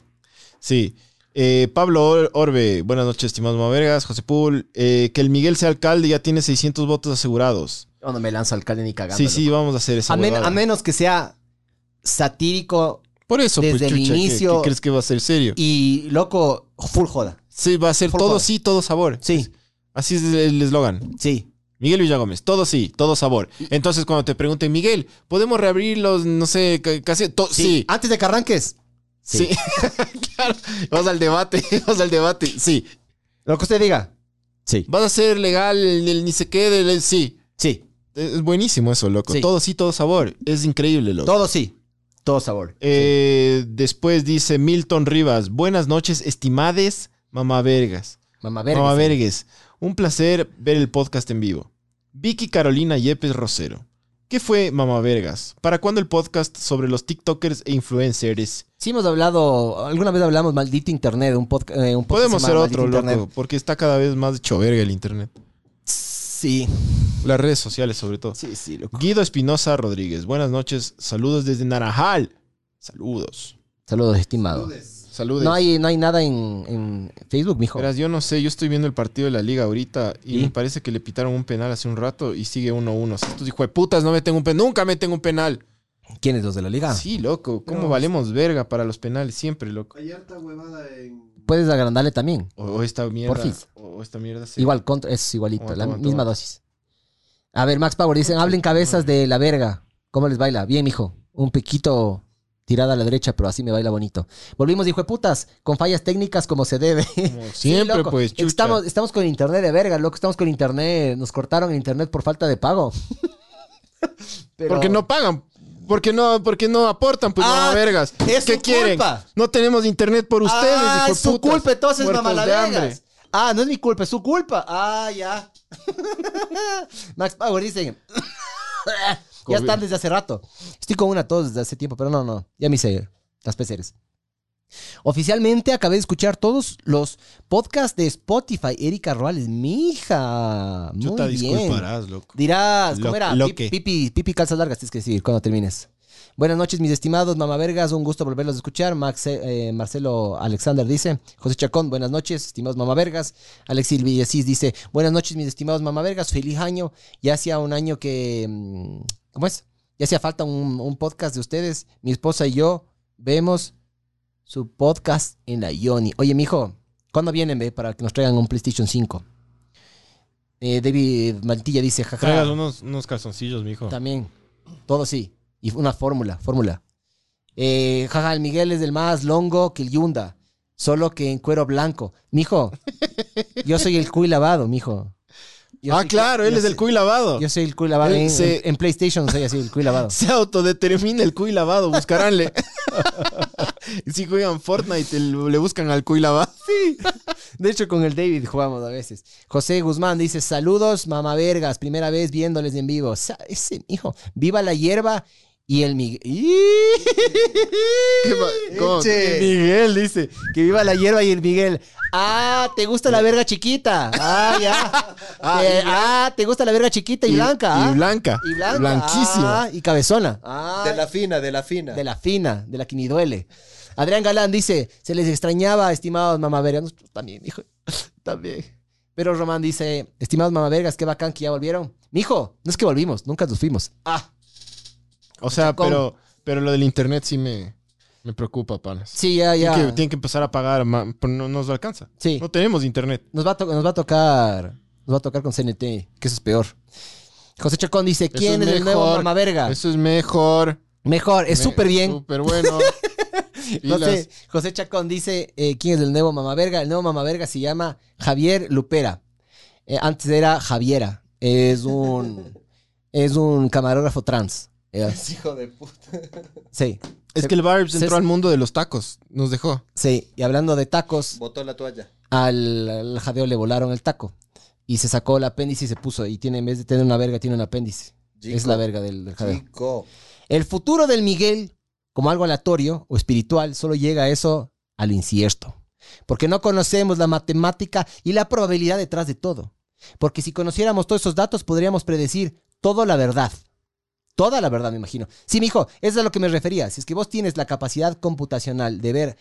Speaker 2: Sí. Eh, Pablo Or- Orbe, buenas noches, estimados Mavergas, José Pool. Eh, que el Miguel sea alcalde ya tiene 600 votos asegurados.
Speaker 1: Yo no me lanzo alcalde ni cagando.
Speaker 2: sí, sí,
Speaker 1: loco.
Speaker 2: vamos a hacer esa
Speaker 1: A, men-
Speaker 2: huevada.
Speaker 1: a menos que sea satírico
Speaker 2: Por eso,
Speaker 1: desde
Speaker 2: pues,
Speaker 1: el
Speaker 2: chucha, ¿qué-
Speaker 1: inicio-
Speaker 2: ¿qué, crees que va a ser serio?
Speaker 1: y loco, full joda.
Speaker 2: Sí, va a ser
Speaker 1: Por
Speaker 2: todo
Speaker 1: favor.
Speaker 2: sí, todo sabor.
Speaker 1: Sí,
Speaker 2: Así es el eslogan.
Speaker 1: sí.
Speaker 2: Miguel Villagómez, todo sí, todo sabor. Entonces, cuando te pregunten, Miguel, ¿podemos reabrir los, no sé, ca- casi? to- sí.
Speaker 1: Antes de que arranques,
Speaker 2: Sí. <laughs> claro. Vas al debate, vas al debate. Sí.
Speaker 1: lo que usted diga. Sí.
Speaker 2: Vas a ser legal, el, el ni se quede, el- el- sí.
Speaker 1: Sí.
Speaker 2: Es buenísimo eso, loco.
Speaker 1: Sí.
Speaker 2: Todo sí, todo sabor. Es increíble, loco.
Speaker 1: Todo sí. Todo sabor.
Speaker 2: Eh, Después dice Milton Rivas. Buenas noches, estimades mamavergas.
Speaker 1: Mamá verga.
Speaker 2: Mamavergues. Un placer ver el podcast en vivo. Vicky Carolina Yepes Rosero. ¿Qué fue Mamavergas? ¿Para cuándo el podcast sobre los TikTokers e influencers?
Speaker 1: Sí hemos hablado, alguna vez hablamos maldito internet, un, podca- eh, un podcast
Speaker 2: Podemos
Speaker 1: llamado
Speaker 2: hacer
Speaker 1: Maldito
Speaker 2: otro,
Speaker 1: Internet.
Speaker 2: loco, porque está cada vez más hecho verga el internet.
Speaker 1: Sí.
Speaker 2: Las redes sociales, sobre todo.
Speaker 1: Sí, sí, loco.
Speaker 2: Guido Espinosa Rodríguez, buenas noches. Saludos desde Naranjal. Saludos.
Speaker 1: Saludos, estimado.
Speaker 2: Saludos.
Speaker 1: No hay, no hay nada en, en Facebook, mijo.
Speaker 2: Verás, yo no sé, yo estoy viendo el partido de la liga ahorita y,
Speaker 1: ¿Y?
Speaker 2: me parece que le pitaron un penal hace un rato y sigue 1-1. Estos hijos de putas no meten un penal. Nunca meten un penal.
Speaker 1: ¿Quiénes los de la liga?
Speaker 2: Sí, loco. ¿Cómo valemos verga para los penales? Siempre, loco.
Speaker 7: Hay harta huevada en.
Speaker 1: Puedes agrandarle también.
Speaker 2: O, o esta mierda.
Speaker 1: fin.
Speaker 2: O, o esta mierda. se-
Speaker 1: Igual, contra, es igualito,
Speaker 2: Aguanta,
Speaker 1: la
Speaker 2: aguanta,
Speaker 1: misma
Speaker 2: aguanta.
Speaker 1: dosis. A ver, Max Power dicen, hablen cabezas de la verga. ¿Cómo les baila? Bien, mijo. Un piquito tirada a la derecha, pero así me baila bonito. Volvimos, hijo de putas, con fallas técnicas como se debe. <laughs>
Speaker 2: Como siempre,
Speaker 1: loco.
Speaker 2: pues, chucha.
Speaker 1: Estamos, estamos con internet de verga, loco. Estamos con internet. Nos cortaron el internet por falta de pago. <laughs> Pero-
Speaker 2: Porque no pagan. Porque no, porque no aportan, pues,
Speaker 1: Ah,
Speaker 2: mamavergas.
Speaker 1: es
Speaker 2: ¿Qué
Speaker 1: su
Speaker 2: quieren?
Speaker 1: culpa.
Speaker 2: No tenemos internet por ustedes,
Speaker 1: Ah,
Speaker 2: hijo de
Speaker 1: es su
Speaker 2: putas.
Speaker 1: culpa entonces,
Speaker 2: Muertos de hambre.
Speaker 1: mamalavegas. Ah, no es mi culpa, es su culpa. Ah, ya. <laughs> Max Power dice. <coughs> ya están desde hace rato. Estoy con una tos desde hace tiempo, pero no, no. Ya me hice las peceres. Oficialmente acabé de escuchar todos los podcasts de Spotify. Erika Ruales, mija. Muy
Speaker 2: Chuta,
Speaker 1: bien.
Speaker 2: disculparás, loco.
Speaker 1: Dirás, ¿cómo
Speaker 2: Lo-
Speaker 1: era?
Speaker 2: lo
Speaker 1: Pi-
Speaker 2: que.
Speaker 1: Pipi, pipi calzas largas, tienes que decir cuando termines. Buenas noches, mis estimados mamavergas. Un gusto volverlos a escuchar. Max, eh, Marcelo Alexander dice. José Chacón, buenas noches, estimados mamavergas. Alexis Villasís dice. Buenas noches, mis estimados mamavergas. Feliz año. Ya hacía un año que... mm, ¿Cómo es? Ya hacía falta un, un podcast de ustedes. Mi esposa y yo vemos su podcast en la Ioni. Oye, mijo, ¿cuándo vienen, ve? Para que nos traigan un PlayStation 5. Eh, David Mantilla dice, jaja.
Speaker 2: Traigas unos, unos calzoncillos, mijo.
Speaker 1: También. Todo sí. Y una fórmula, fórmula. Eh, jaja, el Miguel es del más longo que el Yunda.
Speaker 2: <laughs>
Speaker 1: Solo que en cuero blanco. Mijo, yo soy el cuy lavado, mijo. Yo
Speaker 2: Ah,
Speaker 1: soy-
Speaker 2: claro, Eh, él
Speaker 1: yo
Speaker 2: es el
Speaker 1: soy-
Speaker 2: cuy lavado.
Speaker 1: Yo soy el cuy lavado.
Speaker 2: Él
Speaker 1: En,
Speaker 2: se-
Speaker 1: en- en PlayStation soy así, el cuy
Speaker 2: <laughs>
Speaker 1: lavado.
Speaker 2: Se autodetermina el cuy lavado, buscaránle. <laughs> Y si juegan Fortnite, el- le buscan al cuy lavado.
Speaker 1: De hecho, con el David jugamos a veces. José Guzmán dice: Saludos, mamavergas. Primera vez viéndoles en vivo. Sa- ese hijo. Viva la hierba y el Miguel. <laughs>
Speaker 2: ¿Qué va- cómo?
Speaker 1: Miguel dice: Que viva la hierba y el Miguel. Ah, te gusta la verga chiquita. Ah, ya.
Speaker 2: Eh. <laughs> Ah,
Speaker 1: Eh,
Speaker 2: y-
Speaker 1: ah, te gusta la verga chiquita y, blanca. ah.
Speaker 2: Y blanca.
Speaker 1: Y blanca.
Speaker 2: Blanquísima.
Speaker 1: Ah, y cabezona. Ah,
Speaker 3: De la fina, de la fina.
Speaker 1: de la fina, de la que ni duele. Adrián Galán dice, se les extrañaba, estimados mamavergas. Nosotros También, hijo, <laughs> también. Pero Román dice, estimados mamavergas, qué bacán que ya volvieron. Mijo, no es que volvimos, nunca nos fuimos. Ah,
Speaker 2: O sea,
Speaker 1: Chacón.
Speaker 2: pero, pero lo del internet sí me, me preocupa, panas.
Speaker 1: sí, ya, ya.
Speaker 2: Tienen, que, tienen que empezar a pagar, ma- pero no nos alcanza.
Speaker 1: Sí,
Speaker 2: No tenemos internet.
Speaker 1: nos va, a to- nos va a tocar, nos va a tocar con CNT, que eso es peor. José Chacón dice,
Speaker 2: Eso
Speaker 1: ¿quién
Speaker 2: es
Speaker 1: es, el nuevo
Speaker 2: mejor.
Speaker 1: mamaverga?
Speaker 2: Eso es mejor.
Speaker 1: Mejor, es
Speaker 2: Me-
Speaker 1: súper bien. <laughs>
Speaker 2: Súper bueno. Pilas.
Speaker 1: José, José Chacón dice eh, quién es el nuevo mamaverga. El nuevo mamaverga se llama Javier Lupera. Eh, antes era Javiera. Es un <laughs> es un camarógrafo trans. Eh,
Speaker 3: <laughs> Hijo de puta.
Speaker 1: sí,
Speaker 2: Es que el Barbs entró
Speaker 1: Se-
Speaker 2: al mundo de los tacos. Nos dejó.
Speaker 1: sí. Y hablando de tacos,
Speaker 3: Botó la toalla.
Speaker 1: al, al jadeo le volaron el taco. Y se sacó el apéndice y se puso. Y tiene, en vez de tener una verga, tiene un apéndice. Es
Speaker 3: Chico,
Speaker 1: la verga del, del jadeo.
Speaker 3: Chico.
Speaker 1: El futuro del Miguel, como algo aleatorio o espiritual, solo llega a eso al incierto. Porque no conocemos la matemática y la probabilidad detrás de todo. Porque si conociéramos todos esos datos, podríamos predecir toda la verdad. Toda la verdad, me imagino. Sí, mijo, eso es a lo que me refería. Si es que vos tienes la capacidad computacional de ver,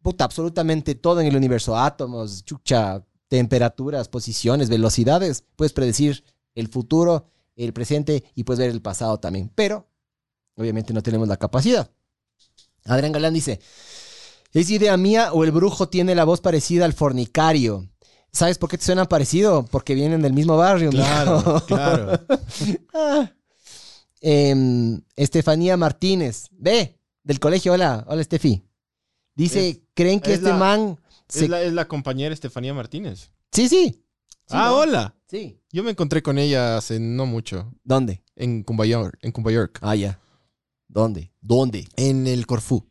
Speaker 1: puta, absolutamente todo en el universo, átomos, chucha, temperaturas, posiciones, velocidades, puedes predecir el futuro, el presente y puedes ver el pasado también. Pero Obviamente no tenemos la capacidad. Adrián Galán dice, ¿es idea mía o el brujo tiene la voz parecida al fornicario? ¿Sabes por qué te suena parecido? Porque vienen del mismo barrio. mijo.
Speaker 2: Claro,
Speaker 1: <laughs>
Speaker 2: claro.
Speaker 1: Ah. Em, Estefanía Martínez, ve, del colegio, hola, hola Estefi. Dice, ¿creen que
Speaker 2: es
Speaker 1: este
Speaker 2: la-
Speaker 1: man... se-
Speaker 2: Es, la, es la compañera Estefanía Martínez.
Speaker 1: Sí, sí. Sí,
Speaker 2: ah,
Speaker 1: ¿no?
Speaker 2: hola.
Speaker 1: Sí.
Speaker 2: Yo me encontré con ella hace no mucho.
Speaker 1: ¿Dónde?
Speaker 2: En Cumbayor, en Cumbayork.
Speaker 1: Ah, ya. ¿Dónde? ¿Dónde?
Speaker 2: En el Corfú.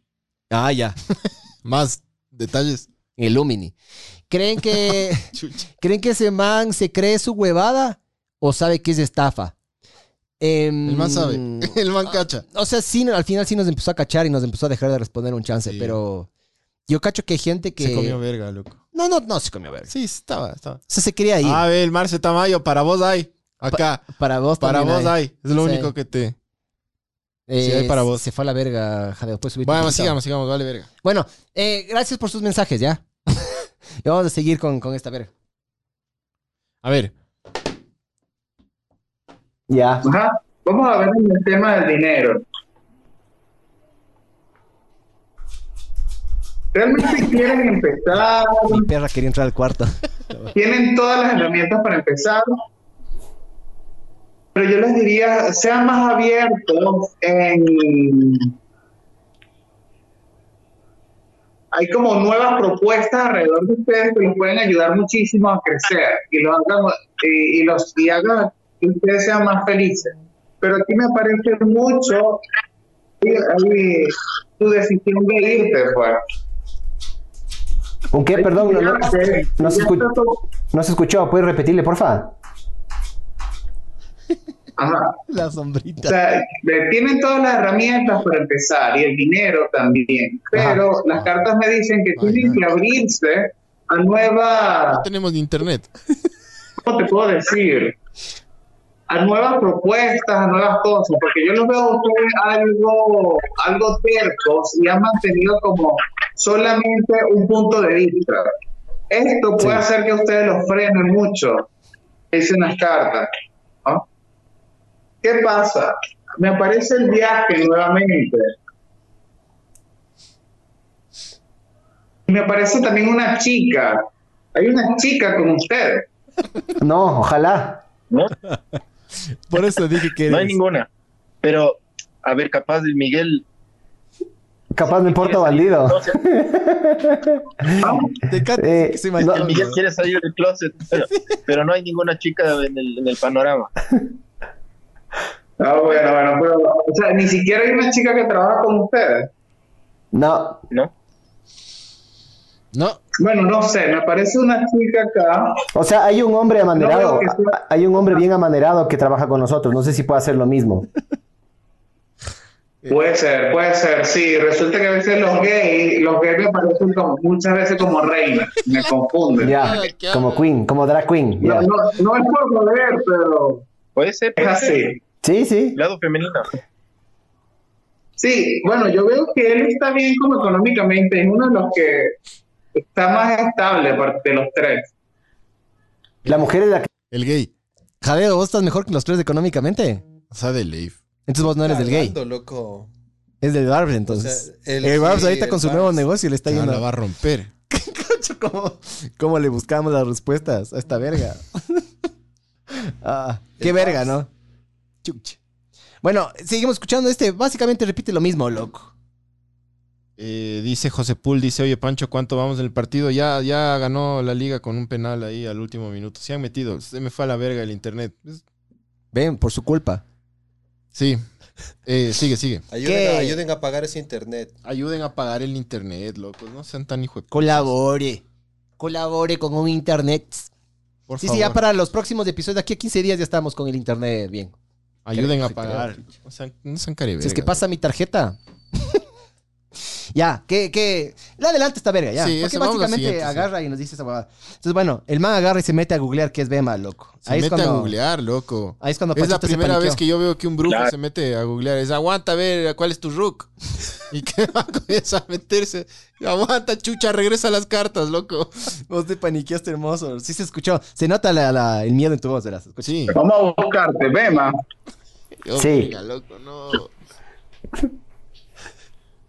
Speaker 1: Ah, ya.
Speaker 2: <laughs> Más detalles.
Speaker 1: El Lumini. ¿Creen que...
Speaker 2: <laughs> Chucha.
Speaker 1: ¿Creen que ese man se cree su huevada o sabe que es estafa? Em,
Speaker 2: El man sabe.
Speaker 1: Mm.
Speaker 2: <laughs> El man cacha.
Speaker 1: O sea, sí, al final sí nos empezó a cachar y nos empezó a dejar de responder un chance,
Speaker 2: Sí.
Speaker 1: pero yo cacho que hay gente que...
Speaker 2: Se comió verga, loco.
Speaker 1: No, no, no se comió verga.
Speaker 2: Sí, estaba, estaba.
Speaker 1: O sea, se quería ir.
Speaker 2: A ver, el Marce Tamayo, para vos hay. Acá.
Speaker 1: para vos
Speaker 2: para
Speaker 1: también
Speaker 2: vos hay. Es lo
Speaker 1: Sí.
Speaker 2: único que te.
Speaker 1: Eh,
Speaker 2: sí hay para vos.
Speaker 1: Se fue a la verga, Jadeo. Puedes subirte un
Speaker 2: Bueno,
Speaker 1: poquito.
Speaker 2: sigamos, sigamos, vale verga.
Speaker 1: Bueno, eh, gracias por sus mensajes, ¿ya? <laughs> y vamos a seguir con, con esta verga.
Speaker 2: A ver,
Speaker 6: Ya.
Speaker 4: Ajá. Vamos a ver el tema del dinero. Realmente quieren empezar,
Speaker 1: Mi perra quería entrar al cuarto.
Speaker 4: tienen todas las herramientas para empezar, pero yo les diría, sean más abiertos en... Hay como nuevas propuestas alrededor de ustedes que los pueden ayudar muchísimo a crecer y, los hagan, y, y los, y hagan que ustedes sean más felices. Pero aquí me parece mucho eh, eh, tu decisión de irte, pues.
Speaker 6: <laughs> ¿Con qué? Eh, Perdón, no, no- no se escuchó,
Speaker 4: escucha.
Speaker 6: no se escuchó. ¿Puedes repetirle, porfa?
Speaker 4: Ajá.
Speaker 1: la sombrita.
Speaker 4: O sea, eh, tienen todas las herramientas para empezar y el dinero también, pero las cartas me dicen que tienen que abrirse a nueva,
Speaker 2: no <laughs> tenemos ni internet.
Speaker 4: ¿cómo te puedo decir? A nuevas propuestas, a nuevas cosas, porque yo los veo a ustedes algo, algo tercos y han mantenido como solamente un punto de vista. Esto puede hacer que ustedes los frenen mucho, dicen las cartas. ¿no? ¿Qué pasa? Me aparece el viaje nuevamente. Me aparece también una chica. Hay una chica con ustedes.
Speaker 6: No, ojalá.
Speaker 5: No,
Speaker 2: Por eso dije que
Speaker 5: no hay ninguna. Pero, a ver, capaz el Miguel
Speaker 6: Capaz me porto bandido.
Speaker 5: Entonces,
Speaker 1: Te encanta
Speaker 6: Eh,
Speaker 1: que soy maricón,
Speaker 6: no,
Speaker 5: el Miguel
Speaker 1: weón.
Speaker 5: quiere salir del closet,
Speaker 6: <laughs>
Speaker 5: pero, pero no hay ninguna chica en el, en el panorama.
Speaker 4: Ah, bueno, bueno, pero, o sea, ni siquiera hay una chica que trabaja con ustedes.
Speaker 6: No,
Speaker 5: ¿No?
Speaker 2: No,
Speaker 4: Bueno, no sé, me aparece una chica acá.
Speaker 6: o sea, hay un hombre
Speaker 4: No
Speaker 6: amanerado,
Speaker 4: veo que sea-
Speaker 6: hay un hombre bien amanerado que trabaja con nosotros, no sé si puede hacer lo mismo.
Speaker 4: Puede ser, puede ser, sí. Resulta que a veces los gays, los gays me aparecen como- muchas veces como reinas, me confunden.
Speaker 6: Ya,
Speaker 2: Ah, qué
Speaker 6: como
Speaker 2: habla?
Speaker 6: Queen, como drag queen.
Speaker 4: No,
Speaker 6: ya.
Speaker 4: no, no es por joder, pero
Speaker 5: Puede ser,
Speaker 4: es
Speaker 5: puede ser.
Speaker 4: así.
Speaker 6: Sí, sí.
Speaker 5: Lado femenino.
Speaker 4: Sí, bueno, yo veo que él está bien como económicamente, es uno de los que está más estable por- de los tres.
Speaker 6: La mujer es la que
Speaker 2: el gay.
Speaker 1: Jadeo, vos estás mejor que los tres económicamente.
Speaker 2: O sea, de Leif.
Speaker 1: Entonces vos no eres del gay.
Speaker 3: Cagando, loco.
Speaker 1: Es del Barbs,
Speaker 3: O sea,
Speaker 1: entonces.
Speaker 3: el-
Speaker 1: el Barbs
Speaker 3: sí,
Speaker 1: ahorita
Speaker 3: el
Speaker 1: con su
Speaker 3: Barbs.
Speaker 1: nuevo negocio le está
Speaker 2: Ya
Speaker 1: yendo. <laughs>
Speaker 2: la va a romper.
Speaker 1: ¿Cómo, cómo le buscamos las respuestas a esta
Speaker 3: <laughs>
Speaker 1: verga? Ah, qué verga, ¿no? Chuch. Bueno, seguimos escuchando este. Básicamente repite lo mismo, loco.
Speaker 2: Eh, dice José Pool, dice, oye Pancho, ¿cuánto vamos en el partido? Ya, ya ganó la liga con un penal ahí al último minuto. Se han metido, se me fue a la verga el internet. Es-
Speaker 1: Ven, por su culpa.
Speaker 2: Sí, Eh, sigue, sigue.
Speaker 3: Ayuden
Speaker 1: ¿Qué?
Speaker 3: a, ayuden a pagar ese internet.
Speaker 2: Ayuden a pagar el internet, locos. No sean tan hijo de...
Speaker 1: Colabore. Colabore con un internet.
Speaker 2: Por
Speaker 1: sí,
Speaker 2: favor,
Speaker 1: sí, ya para los próximos episodios, de aquí a 15 días ya estamos con el internet bien.
Speaker 2: ayuden a
Speaker 1: Sí,
Speaker 2: pagar. No sean, no sean
Speaker 1: Si es
Speaker 2: carevergas.
Speaker 1: que pasa mi tarjeta. <laughs> ya, que, que. Le adelante esta verga, ya.
Speaker 2: Sí,
Speaker 1: Porque
Speaker 2: ese, vamos al
Speaker 1: básicamente
Speaker 2: siguiente, sí.
Speaker 1: agarra y nos dice esa huevada. Entonces, bueno, el man agarra y se mete a googlear qué es Bema, loco.
Speaker 2: Se mete a googlear, loco.
Speaker 1: Ahí es cuando
Speaker 2: es la
Speaker 1: Pachito se
Speaker 2: primera
Speaker 1: paniqueó.
Speaker 2: vez que yo veo que un brujo
Speaker 5: Claro.
Speaker 2: se mete a googlear. Es aguanta a ver cuál es tu rook. <laughs> Y que comienza a meterse. Aguanta, chucha, regresa las cartas, loco.
Speaker 1: Vos te paniqueaste hermoso. Sí se escuchó. Se nota la- la- el miedo en tu voz, verás. Escucha.
Speaker 2: Sí.
Speaker 4: Vamos a buscarte, Bema.
Speaker 2: Oh,
Speaker 6: Sí.
Speaker 2: venga, loco, no.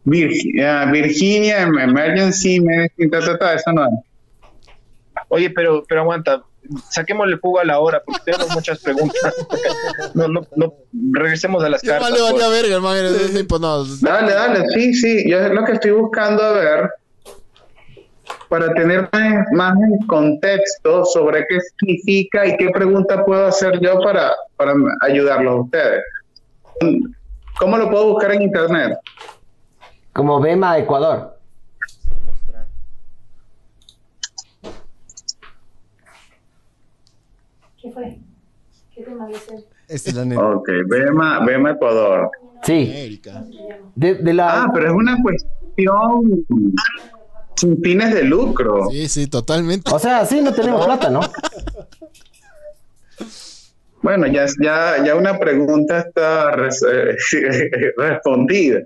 Speaker 4: Virgi- ah, Virginia, Emergency, Medicine, ta, ta, ta, eso no es.
Speaker 5: Oye, pero, pero aguanta. Saquémosle fuga a la hora, porque tenemos muchas preguntas. <laughs> No, no, no. Regresemos a
Speaker 2: <laughs>
Speaker 5: las
Speaker 2: Ya
Speaker 5: cartas.
Speaker 2: vale, vale,
Speaker 5: por-
Speaker 2: a verga, hermano.
Speaker 5: <laughs>
Speaker 2: eres un tipo, no.
Speaker 4: Dale, dale, sí, sí. Yo es lo que estoy buscando a ver para tener más, más en contexto sobre qué significa y qué pregunta puedo hacer yo para, para ayudarlos a ustedes. ¿Cómo lo puedo buscar en internet?
Speaker 6: como Bema Ecuador.
Speaker 7: ¿Qué fue? ¿Qué te mandé hacer?
Speaker 1: Esa es la neta.
Speaker 4: Ok, Bema, Bema Ecuador.
Speaker 6: Sí,
Speaker 2: América.
Speaker 6: de, de
Speaker 4: Ah,
Speaker 6: la
Speaker 4: pero es una cuestión sin fines de lucro.
Speaker 2: Sí, sí, totalmente. <laughs>
Speaker 6: O sea, sí no tenemos plata, ¿no?
Speaker 4: Bueno, ya, ya, ya una pregunta está res- <laughs> eh, respondida.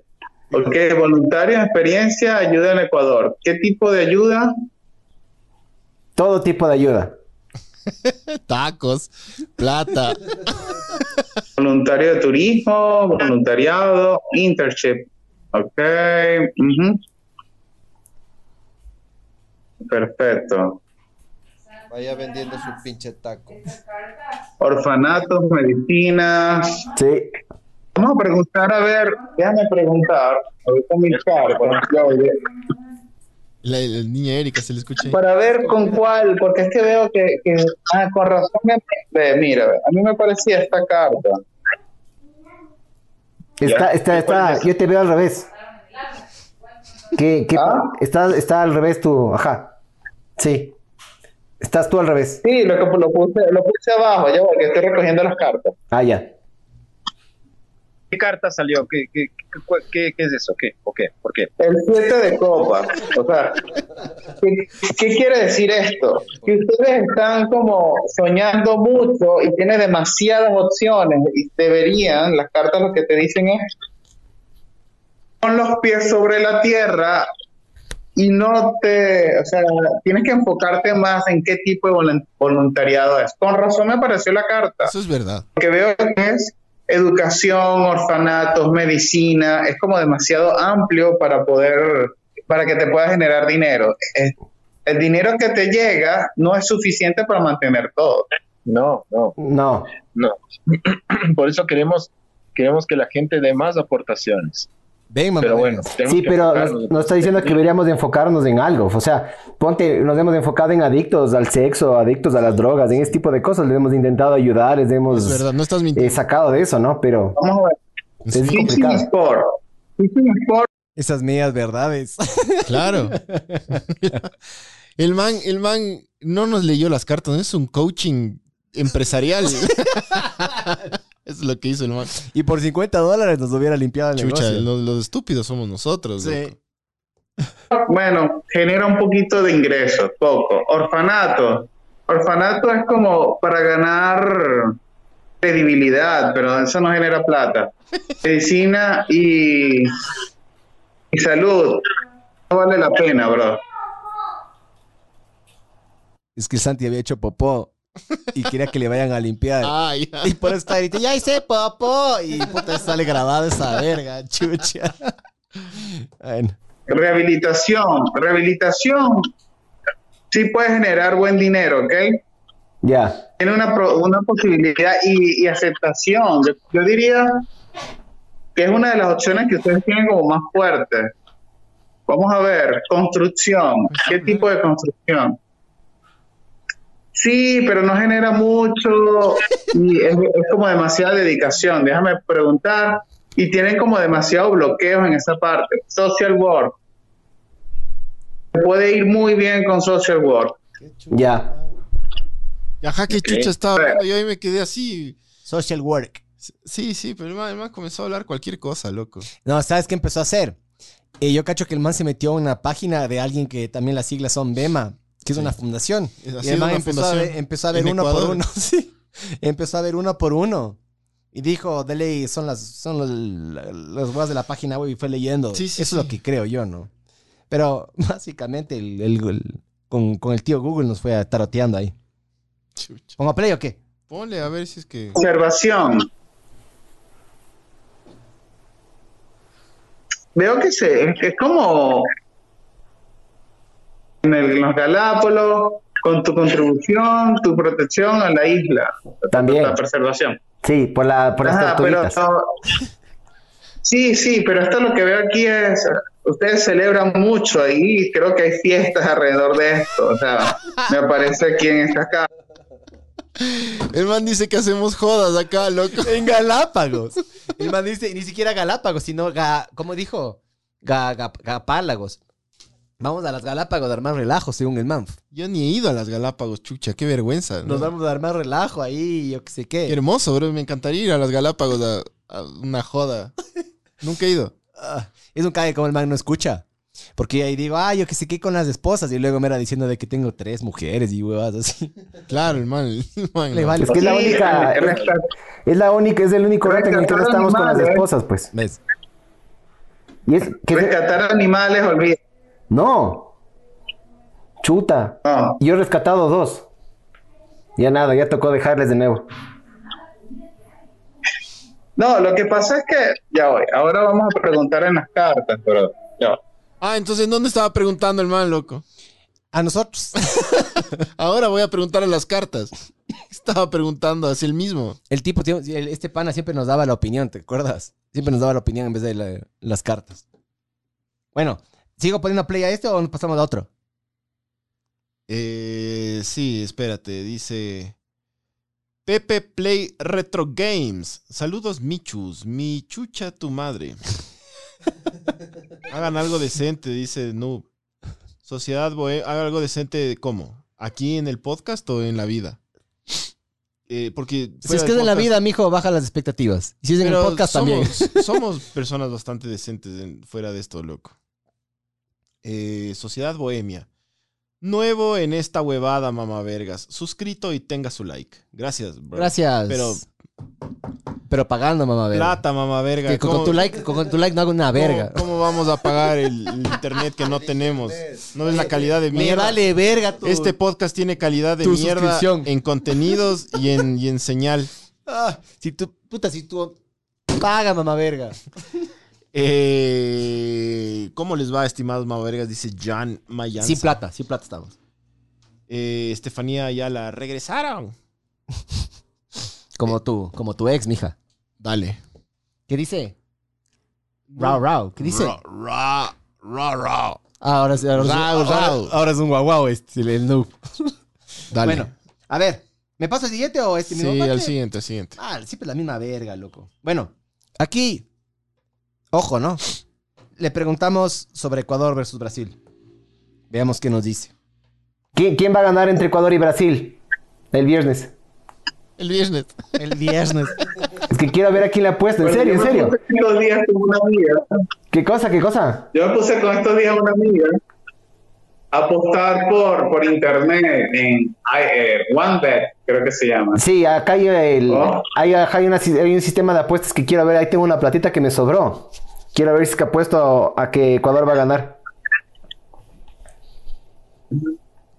Speaker 4: Ok, voluntarios, experiencia, ayuda en Ecuador. ¿Qué tipo de ayuda?
Speaker 6: Todo tipo de ayuda.
Speaker 2: Tacos, plata.
Speaker 4: Voluntario de turismo, voluntariado, internship. Ok. ujú. Perfecto.
Speaker 3: Vaya vendiendo su pinche taco.
Speaker 4: Orfanatos, medicinas.
Speaker 6: Sí.
Speaker 4: Vamos a preguntar, a ver, déjame preguntar. Ahorita mi carta, ya voy bien.
Speaker 2: La, la niña Erika se le escucha. ahí.
Speaker 4: Para ver con cuál, porque es que veo que, que- ah, con razón me, ve, mira, a mí me parecía esta carta. Ya.
Speaker 6: Está, está, está, yo te veo al revés. ¿Qué, qué-
Speaker 4: ¿Ah?
Speaker 6: está, está al revés tú, ajá. Sí. Estás tú al revés.
Speaker 4: Sí, lo que lo puse, lo puse abajo, ya porque estoy recogiendo las cartas.
Speaker 6: Ah, ya.
Speaker 5: ¿Qué carta salió? ¿Qué, qué, qué, cu- qué- qué es eso? ¿Qué? ¿Por qué? ¿Por qué?
Speaker 4: El 7 de copas. O sea, ¿qué, qué quiere decir esto? Que ustedes están como soñando mucho y tienen demasiadas opciones y deberían, las cartas lo que te dicen es, pon los pies sobre la tierra y no te, o sea, tienes que enfocarte más en qué tipo de volun- voluntariado es. Con razón me apareció la carta
Speaker 2: Eso es verdad.
Speaker 4: lo que veo es educación, orfanatos, medicina, es como demasiado amplio para poder, para que te pueda generar dinero. Es- El dinero que te llega no es suficiente para mantener todo.
Speaker 5: No, no,
Speaker 6: No.
Speaker 5: no. Por eso queremos, queremos que la gente dé más aportaciones.
Speaker 1: Ven, mamá.
Speaker 5: Pero bueno, tenemos
Speaker 6: Sí,
Speaker 5: que
Speaker 6: pero
Speaker 5: enfocarnos
Speaker 6: nos,
Speaker 5: en-
Speaker 6: nos está diciendo que deberíamos de enfocarnos en algo. O sea, ponte, nos hemos enfocado en adictos al sexo, adictos a las drogas, en ese tipo de cosas. Les hemos intentado ayudar, les hemos
Speaker 5: Pues,
Speaker 2: Es verdad, no estás
Speaker 6: eh,
Speaker 2: mintiendo.
Speaker 6: sacado de eso, ¿no? Pero
Speaker 4: Vamos a ver.
Speaker 6: es
Speaker 2: Sí,
Speaker 4: Fishing
Speaker 6: complicado.
Speaker 4: Sport. Fishing Sport.
Speaker 1: Esas mías verdades. <laughs>
Speaker 5: <laughs>
Speaker 2: Claro. El man, el man no nos leyó las cartas, es un coaching empresarial. <laughs> Eso es lo que hizo el man.
Speaker 1: y por 50 dólares nos hubiera limpiado el
Speaker 2: Chucha,
Speaker 1: negocio.
Speaker 2: los, los estúpidos somos nosotros. loco.
Speaker 4: Bueno, genera un poquito de ingresos, poco. Orfanato. Orfanato es como para ganar credibilidad, pero eso no genera plata. Medicina y, y salud. No vale la pena, bro.
Speaker 1: Es que el Santi había hecho popó y quería que le vayan a limpiar.
Speaker 2: Ah, ya.
Speaker 1: Y por eso está ahorita, ya hice popó. Y puta, sale grabado esa verga, chucha. Bueno,
Speaker 4: Rehabilitación. Rehabilitación sí puede generar buen dinero, ¿ok?
Speaker 6: ya.
Speaker 4: tiene una, pro- una posibilidad y, y aceptación. Yo, yo diría que es una de las opciones que ustedes tienen como más fuerte. Vamos a ver, construcción. ¿Qué tipo de construcción? Sí, pero no genera mucho y es, es como demasiada dedicación. Déjame preguntar. Y tienen como demasiado bloqueos en esa parte. Social work. Puede ir muy bien con social work.
Speaker 6: Ya.
Speaker 2: Ajá, qué chucha estaba hablando. Yo ahí me quedé así.
Speaker 1: social work.
Speaker 2: Sí, sí, pero el man, el man comenzó a hablar cualquier cosa, loco.
Speaker 1: No, ¿sabes qué empezó a hacer? Eh, yo cacho que el man se metió en una página de alguien que también las siglas son BEMA, que es
Speaker 2: Sí.
Speaker 1: una fundación.
Speaker 2: Ha
Speaker 1: Y
Speaker 2: sido
Speaker 1: el man
Speaker 2: una
Speaker 1: empezó a
Speaker 2: fundación
Speaker 1: ver, empezó a
Speaker 2: en
Speaker 1: ver uno por
Speaker 2: Ecuador.
Speaker 1: uno, <laughs> sí. Empezó a ver uno por uno. Y dijo, dele, son las son los, la- las huevas de la página web y fue leyendo.
Speaker 2: Sí, sí,
Speaker 1: Eso
Speaker 2: sí.
Speaker 1: es lo que creo yo, ¿no? Pero <laughs> básicamente el, el- el- con, con el tío Google nos fue taroteando ahí.
Speaker 2: Chucha.
Speaker 1: ¿Pongo play o qué?
Speaker 2: Ponle a ver si es que.
Speaker 4: Observación. Veo que se, es- es como en, el- en los Galápagos, con tu contribución, tu protección a la isla,
Speaker 6: También.
Speaker 4: la preservación.
Speaker 6: Sí, por, la, por las
Speaker 4: Ajá, pero
Speaker 6: tortuguitas.
Speaker 4: no- sí, sí, pero esto lo que veo aquí es, ustedes celebran mucho ahí, creo que hay fiestas alrededor de esto, o sea, me aparece aquí en esta casa.
Speaker 2: El man dice que hacemos jodas acá, loco.
Speaker 1: En Galápagos. <laughs> El man dice, ni siquiera Galápagos, sino, ga, ¿cómo dijo? Ga, ga- gapálagos. Vamos a las Galápagos a armar relajo, según el man.
Speaker 2: Yo ni he ido a las Galápagos, chucha, qué vergüenza. ¿no?
Speaker 1: Nos vamos a armar relajo ahí, yo qué sé
Speaker 2: Qué
Speaker 1: qué.
Speaker 2: hermoso, bro. Me encantaría ir a las Galápagos a, a una <laughs> joda. Nunca he ido.
Speaker 1: Ah, es un cague como el man no escucha. Porque ahí digo, ah, yo qué sé qué con las esposas. Y luego me era diciendo de que tengo tres mujeres y huevas así.
Speaker 2: Claro, el man. el
Speaker 1: <laughs>
Speaker 2: man,
Speaker 1: Le
Speaker 2: no.
Speaker 1: vale.
Speaker 6: Es que es la
Speaker 4: Sí, eh,
Speaker 6: única.
Speaker 4: en- en esta-
Speaker 6: Es la única, es el único reto en el que no
Speaker 4: Rescatar
Speaker 6: estamos con las
Speaker 4: animales.
Speaker 6: esposas, pues.
Speaker 1: ¿Ves?
Speaker 6: Y es que.
Speaker 4: Rescatar animales, olvida.
Speaker 6: No. Chuta.
Speaker 4: No.
Speaker 6: Yo he rescatado dos. Ya nada, ya tocó dejarles de nuevo.
Speaker 4: No, lo que pasa es que, ya voy, ahora vamos a preguntar en las cartas, pero ya voy.
Speaker 2: Ah, entonces, ¿dónde estaba preguntando el man, loco?
Speaker 1: A nosotros.
Speaker 2: Ahora voy a preguntar a las cartas. <laughs> Estaba preguntando así el mismo.
Speaker 1: <laughs> El tipo, tío, el- este pana siempre nos daba la opinión, ¿te acuerdas? Siempre nos daba la opinión en vez de la- las cartas. Bueno, ¿sigo poniendo play a este o nos pasamos a otro?
Speaker 2: Eh, sí, espérate, dice. Pepe Play Retro Games. Saludos, Michus. Michucha
Speaker 1: <laughs>
Speaker 2: tu madre. Hagan algo decente, dice Noob. Sociedad Boe, haga algo decente, ¿cómo? ¿Aquí en el podcast o en la vida? Eh, porque.
Speaker 1: Si
Speaker 2: fuera
Speaker 1: Pues es
Speaker 2: del
Speaker 1: que es de la
Speaker 2: podcast-
Speaker 1: vida, mijo, baja las expectativas. Y Si es en el
Speaker 2: pero
Speaker 1: podcast también.
Speaker 2: somos, somos personas bastante decentes en- fuera de esto, loco. Eh, Sociedad Bohemia. Nuevo en esta huevada, mamá vergas. Suscrito y tenga su like. Gracias, bro.
Speaker 1: <laughs> Gracias.
Speaker 2: Pero-
Speaker 1: Pero, pagando, mamá. verga.
Speaker 2: Plata, mamá verga.
Speaker 1: Que con, con
Speaker 2: ¿Cómo-
Speaker 1: tu like, con, con tu like no hago una
Speaker 2: cómo-
Speaker 1: verga.
Speaker 2: ¿Cómo, vamos a pagar el, el internet que no tenemos? No es la calidad de
Speaker 1: Me
Speaker 2: mierda.
Speaker 1: vale verga tu...
Speaker 2: Este podcast tiene calidad de
Speaker 1: Tu
Speaker 2: mierda
Speaker 1: suscripción.
Speaker 2: en contenidos y en, y en señal.
Speaker 1: Ah, si tú... Puta, si tú... Paga, mamá verga.
Speaker 2: Eh, ¿Cómo les va, estimados mamá vergas? Dice Jan Mayanza.
Speaker 1: Sin plata, sin plata estamos.
Speaker 2: Eh, Estefanía ya la regresaron. Eh.
Speaker 1: Como tú, como tu ex, mija.
Speaker 2: Dale.
Speaker 1: ¿Qué dice? Rao, rao. ¿Qué dice?
Speaker 2: Ra, ra, ra, ra.
Speaker 1: Ah, ahora, sí, ahora, es un-
Speaker 2: Rao,
Speaker 1: ahora-
Speaker 2: rao.
Speaker 1: ahora es un guau guau este, el- el noob.
Speaker 2: <laughs> Dale.
Speaker 1: Bueno, a ver, ¿me paso el siguiente o este mismo?
Speaker 2: sí,
Speaker 1: Porque-
Speaker 2: al siguiente, al siguiente.
Speaker 1: Mal, siempre pues la misma verga, loco. Bueno, aquí, ojo, ¿no? Le preguntamos sobre Ecuador versus Brasil. Veamos qué nos dice.
Speaker 6: ¿Qui- ¿Quién va a ganar entre Ecuador y Brasil el viernes?
Speaker 2: El viernes.
Speaker 1: El viernes.
Speaker 6: Es que quiero ver aquí la apuesta, en
Speaker 4: Bueno,
Speaker 6: serio, en
Speaker 4: yo me
Speaker 6: serio.
Speaker 4: puse Estos días con una amiga.
Speaker 6: ¿Qué cosa, qué cosa?
Speaker 4: Yo me puse con estos días una amiga a apostar por, por internet en eh, OneBet, creo que se llama.
Speaker 6: Sí, acá hay, el-
Speaker 4: Oh.
Speaker 6: hay, ajá, hay una si- hay un sistema de apuestas que quiero ver. Ahí tengo una platita que me sobró. Quiero ver si es que apuesto a que Ecuador va a ganar.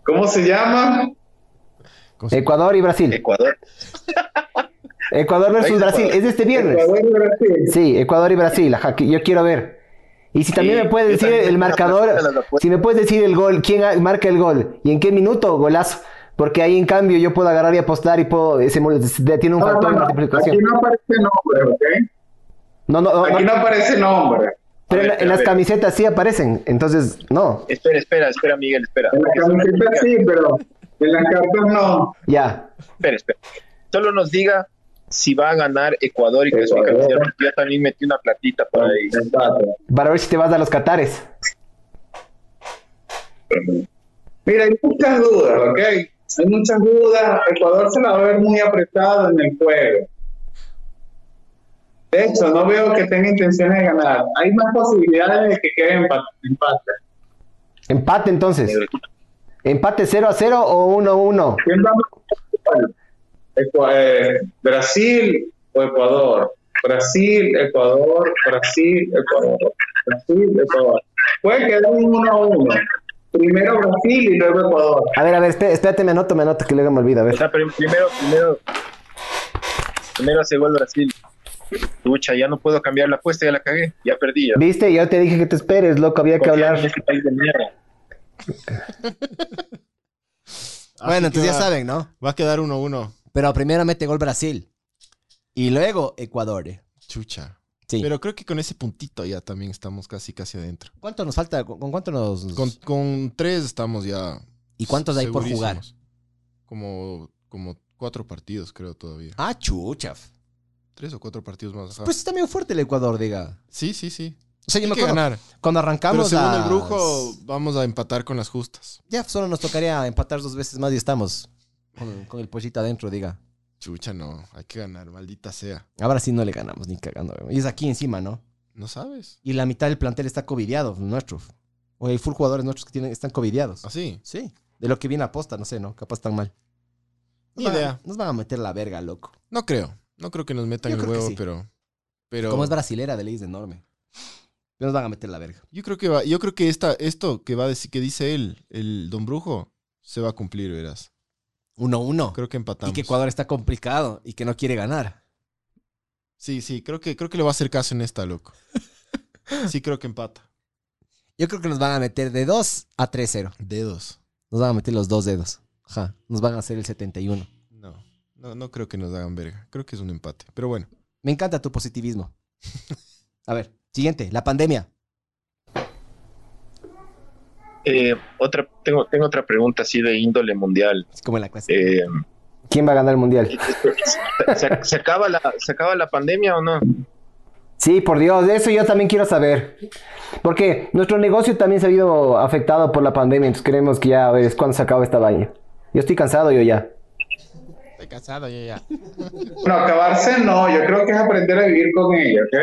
Speaker 4: ¿Cómo se llama?
Speaker 2: Eh,
Speaker 6: Ecuador y Brasil.
Speaker 5: Ecuador.
Speaker 6: Ecuador versus
Speaker 5: País de
Speaker 6: Brasil.
Speaker 5: Ecuador.
Speaker 6: Es de este viernes.
Speaker 4: Ecuador y Brasil.
Speaker 6: Sí, Ecuador y Brasil. Ajá, que yo quiero ver. Y si también
Speaker 5: Sí,
Speaker 6: me puedes
Speaker 5: yo
Speaker 6: decir
Speaker 5: también
Speaker 6: el
Speaker 5: tengo una
Speaker 6: marcador,
Speaker 5: platita de las apuestas.
Speaker 6: si me puedes decir el gol, quién ha- marca el gol y en qué minuto, golazo. Porque ahí en cambio yo puedo agarrar y apostar y puedo, se mu- se- tiene un
Speaker 4: Ah,
Speaker 6: factor de
Speaker 4: bueno,
Speaker 6: multiplicación.
Speaker 4: aquí no aparece nombre, ¿ok?
Speaker 6: No, no, no,
Speaker 4: Aquí
Speaker 6: no,
Speaker 4: no aparece nombre.
Speaker 6: pero en,
Speaker 5: A
Speaker 6: la-
Speaker 5: ver,
Speaker 6: en
Speaker 5: a
Speaker 6: las
Speaker 5: ver.
Speaker 6: camisetas sí aparecen, entonces no,
Speaker 5: Espera, espera, espera, Miguel, espera.
Speaker 4: En las camisetas sí, pero en las cartas no.
Speaker 6: ya.
Speaker 5: Espera, espera. Solo nos diga si va a ganar Ecuador y
Speaker 4: Ecuador.
Speaker 5: clasificación. Yo también metí una platita por ahí.
Speaker 4: Empate.
Speaker 6: Para ver si te vas a los Catares.
Speaker 4: Mira, hay muchas dudas, ¿ok? Hay muchas dudas. Ecuador se la va a ver muy apretado en el juego. De hecho, no veo que tenga intenciones de ganar. Hay más posibilidades de que quede empate. empate.
Speaker 6: Empate entonces. Empate 0 a 0 o 1 a 1.
Speaker 4: ¿Quién va más? Ecu- eh, ¿Brasil o Ecuador? Brasil, Ecuador, Brasil, Ecuador. Brasil, Ecuador. Puede quedar un 1 a 1. Primero Brasil y luego Ecuador.
Speaker 6: A ver, a ver, espé- espérate, me anoto, me anoto, que luego me olvido. A
Speaker 5: O
Speaker 6: ver.
Speaker 5: sea, prim- primero, primero, primero hace gol Brasil. Lucha, ya no puedo cambiar la apuesta, ya la cagué, ya perdí. Ya.
Speaker 6: ¿Viste? Yo te dije que te esperes, loco, había que
Speaker 5: Confiar
Speaker 6: hablar.
Speaker 5: en este país de mierda.
Speaker 1: Ah, bueno,
Speaker 2: que
Speaker 1: entonces ya
Speaker 2: va-
Speaker 1: saben, ¿no?
Speaker 2: Va a quedar 1-1.
Speaker 1: Pero primero mete gol Brasil. Y luego Ecuador. eh.
Speaker 2: Chucha.
Speaker 1: Sí.
Speaker 2: Pero creo que con ese puntito ya también estamos casi, casi adentro.
Speaker 1: ¿Cuánto nos falta? ¿Con, con cuánto nos...?
Speaker 2: Con, con tres estamos ya.
Speaker 1: ¿Y cuántos hay por jugar?
Speaker 2: segurísimos. Como, como cuatro partidos, creo todavía.
Speaker 1: Ah, chucha.
Speaker 2: Tres o cuatro partidos más. ajá.
Speaker 1: Pues está medio fuerte el Ecuador, diga.
Speaker 2: sí, sí, sí.
Speaker 1: O sea, yo
Speaker 2: Ah. Hay
Speaker 1: me
Speaker 2: que
Speaker 1: acuerdo,
Speaker 2: ganar.
Speaker 1: cuando
Speaker 2: Pero
Speaker 1: arrancamos
Speaker 2: según el
Speaker 1: las-
Speaker 2: brujo, vamos a empatar con las justas.
Speaker 1: Ya solo nos tocaría empatar dos veces más y estamos con, con el pollito adentro, diga.
Speaker 2: Chucha, no. Hay que ganar, maldita sea.
Speaker 1: Ahora sí no le ganamos ni cagando. weón. Y es aquí encima, ¿no?
Speaker 2: No sabes.
Speaker 1: Y la mitad del plantel está covideado, nuestro. O hay full jugadores nuestros que tienen, están covideados.
Speaker 2: Así.
Speaker 1: Sí. De lo que viene aposta, no sé, ¿no? Capaz están mal.
Speaker 2: Ni
Speaker 1: Nos van a-
Speaker 2: idea.
Speaker 1: Nos van a meter la verga, loco.
Speaker 2: No creo. No creo que nos metan
Speaker 1: Yo
Speaker 2: el
Speaker 1: creo que
Speaker 2: huevo,
Speaker 1: sí.
Speaker 2: pero. Pero.
Speaker 1: Como es brasilera, de ley es enorme. Pero nos van a meter la verga.
Speaker 2: Yo creo que va, yo creo que esta, esto que va a decir, que dice él, el don brujo, se va a cumplir, verás.
Speaker 1: 1-1.
Speaker 2: Creo que empatamos.
Speaker 1: Y que Ecuador está complicado y que no quiere ganar.
Speaker 2: Sí, sí, creo que, creo que le va a hacer caso en
Speaker 1: <laughs>
Speaker 2: esta, loco. Sí, creo que empata.
Speaker 1: Yo creo que nos van a meter de 2 a 3-0.
Speaker 2: Dedos.
Speaker 1: Nos van a meter los dos dedos. Ajá. Nos van a hacer el 71.
Speaker 2: No, no, no creo que nos hagan verga. Creo que es un empate. Pero bueno,
Speaker 1: Me encanta tu positivismo. <laughs> A ver, siguiente, la pandemia.
Speaker 5: Eh, otra, tengo, tengo otra pregunta así de índole mundial.
Speaker 1: Es como en la clase.
Speaker 5: Eh,
Speaker 6: ¿Quién va a ganar el mundial?
Speaker 5: ¿se, se acaba la, ¿Se acaba la pandemia o no?
Speaker 6: Sí, por Dios, de eso yo también quiero saber. Porque nuestro negocio también se ha ido afectado por la pandemia, entonces queremos que ya, a ver, es cuando se acaba esta vaina. Yo estoy cansado, yo ya.
Speaker 2: estoy cansado yo ya.
Speaker 4: No, acabarse no, yo creo que es aprender a vivir con ella, ¿ok?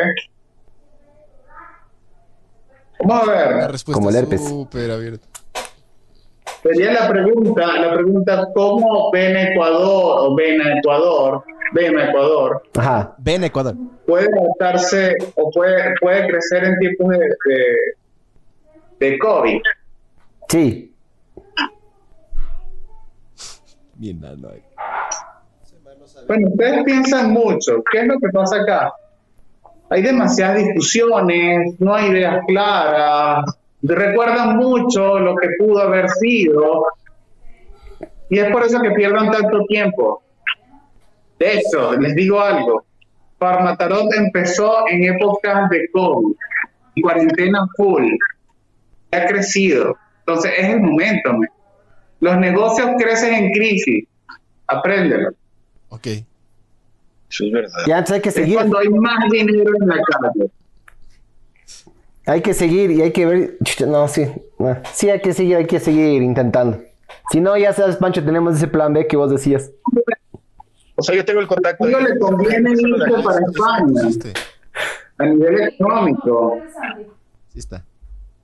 Speaker 4: Vamos a
Speaker 2: Una
Speaker 4: ver,
Speaker 2: respuesta
Speaker 6: Como el herpes.
Speaker 2: súper abierta.
Speaker 4: sería la pregunta, la pregunta, ¿cómo ven Ecuador o ven a Ecuador, ven a Ecuador,
Speaker 6: Ajá.
Speaker 1: Ven, Ecuador.
Speaker 4: puede adaptarse o puede, puede crecer en tiempos de, de, de COVID?
Speaker 6: Sí.
Speaker 1: Bien, dando ahí.
Speaker 4: Bueno, ustedes piensan mucho, ¿qué es lo que pasa acá? Hay demasiadas discusiones, no hay ideas claras, recuerdan mucho lo que pudo haber sido, y es por eso que pierdan tanto tiempo. De hecho, les digo algo, Farmatarot empezó en épocas de COVID, cuarentena full, ha crecido. Entonces es el momento. men. Los negocios crecen en crisis. Apréndelo.
Speaker 2: Ok.
Speaker 5: Eso es verdad.
Speaker 6: Ya, entonces hay que
Speaker 4: Es
Speaker 6: seguir.
Speaker 4: cuando hay más dinero en la calle.
Speaker 6: Hay que seguir y hay que ver. Chuta, No, sí. no. Sí, hay que seguir, hay que seguir intentando. Si no, ya sabes, Pancho, tenemos ese plan B que vos decías.
Speaker 5: O sea, yo tengo el contacto.
Speaker 4: Uno le conviene irse
Speaker 5: Solo
Speaker 4: para España
Speaker 2: Existe.
Speaker 4: a nivel económico.
Speaker 2: Sí está.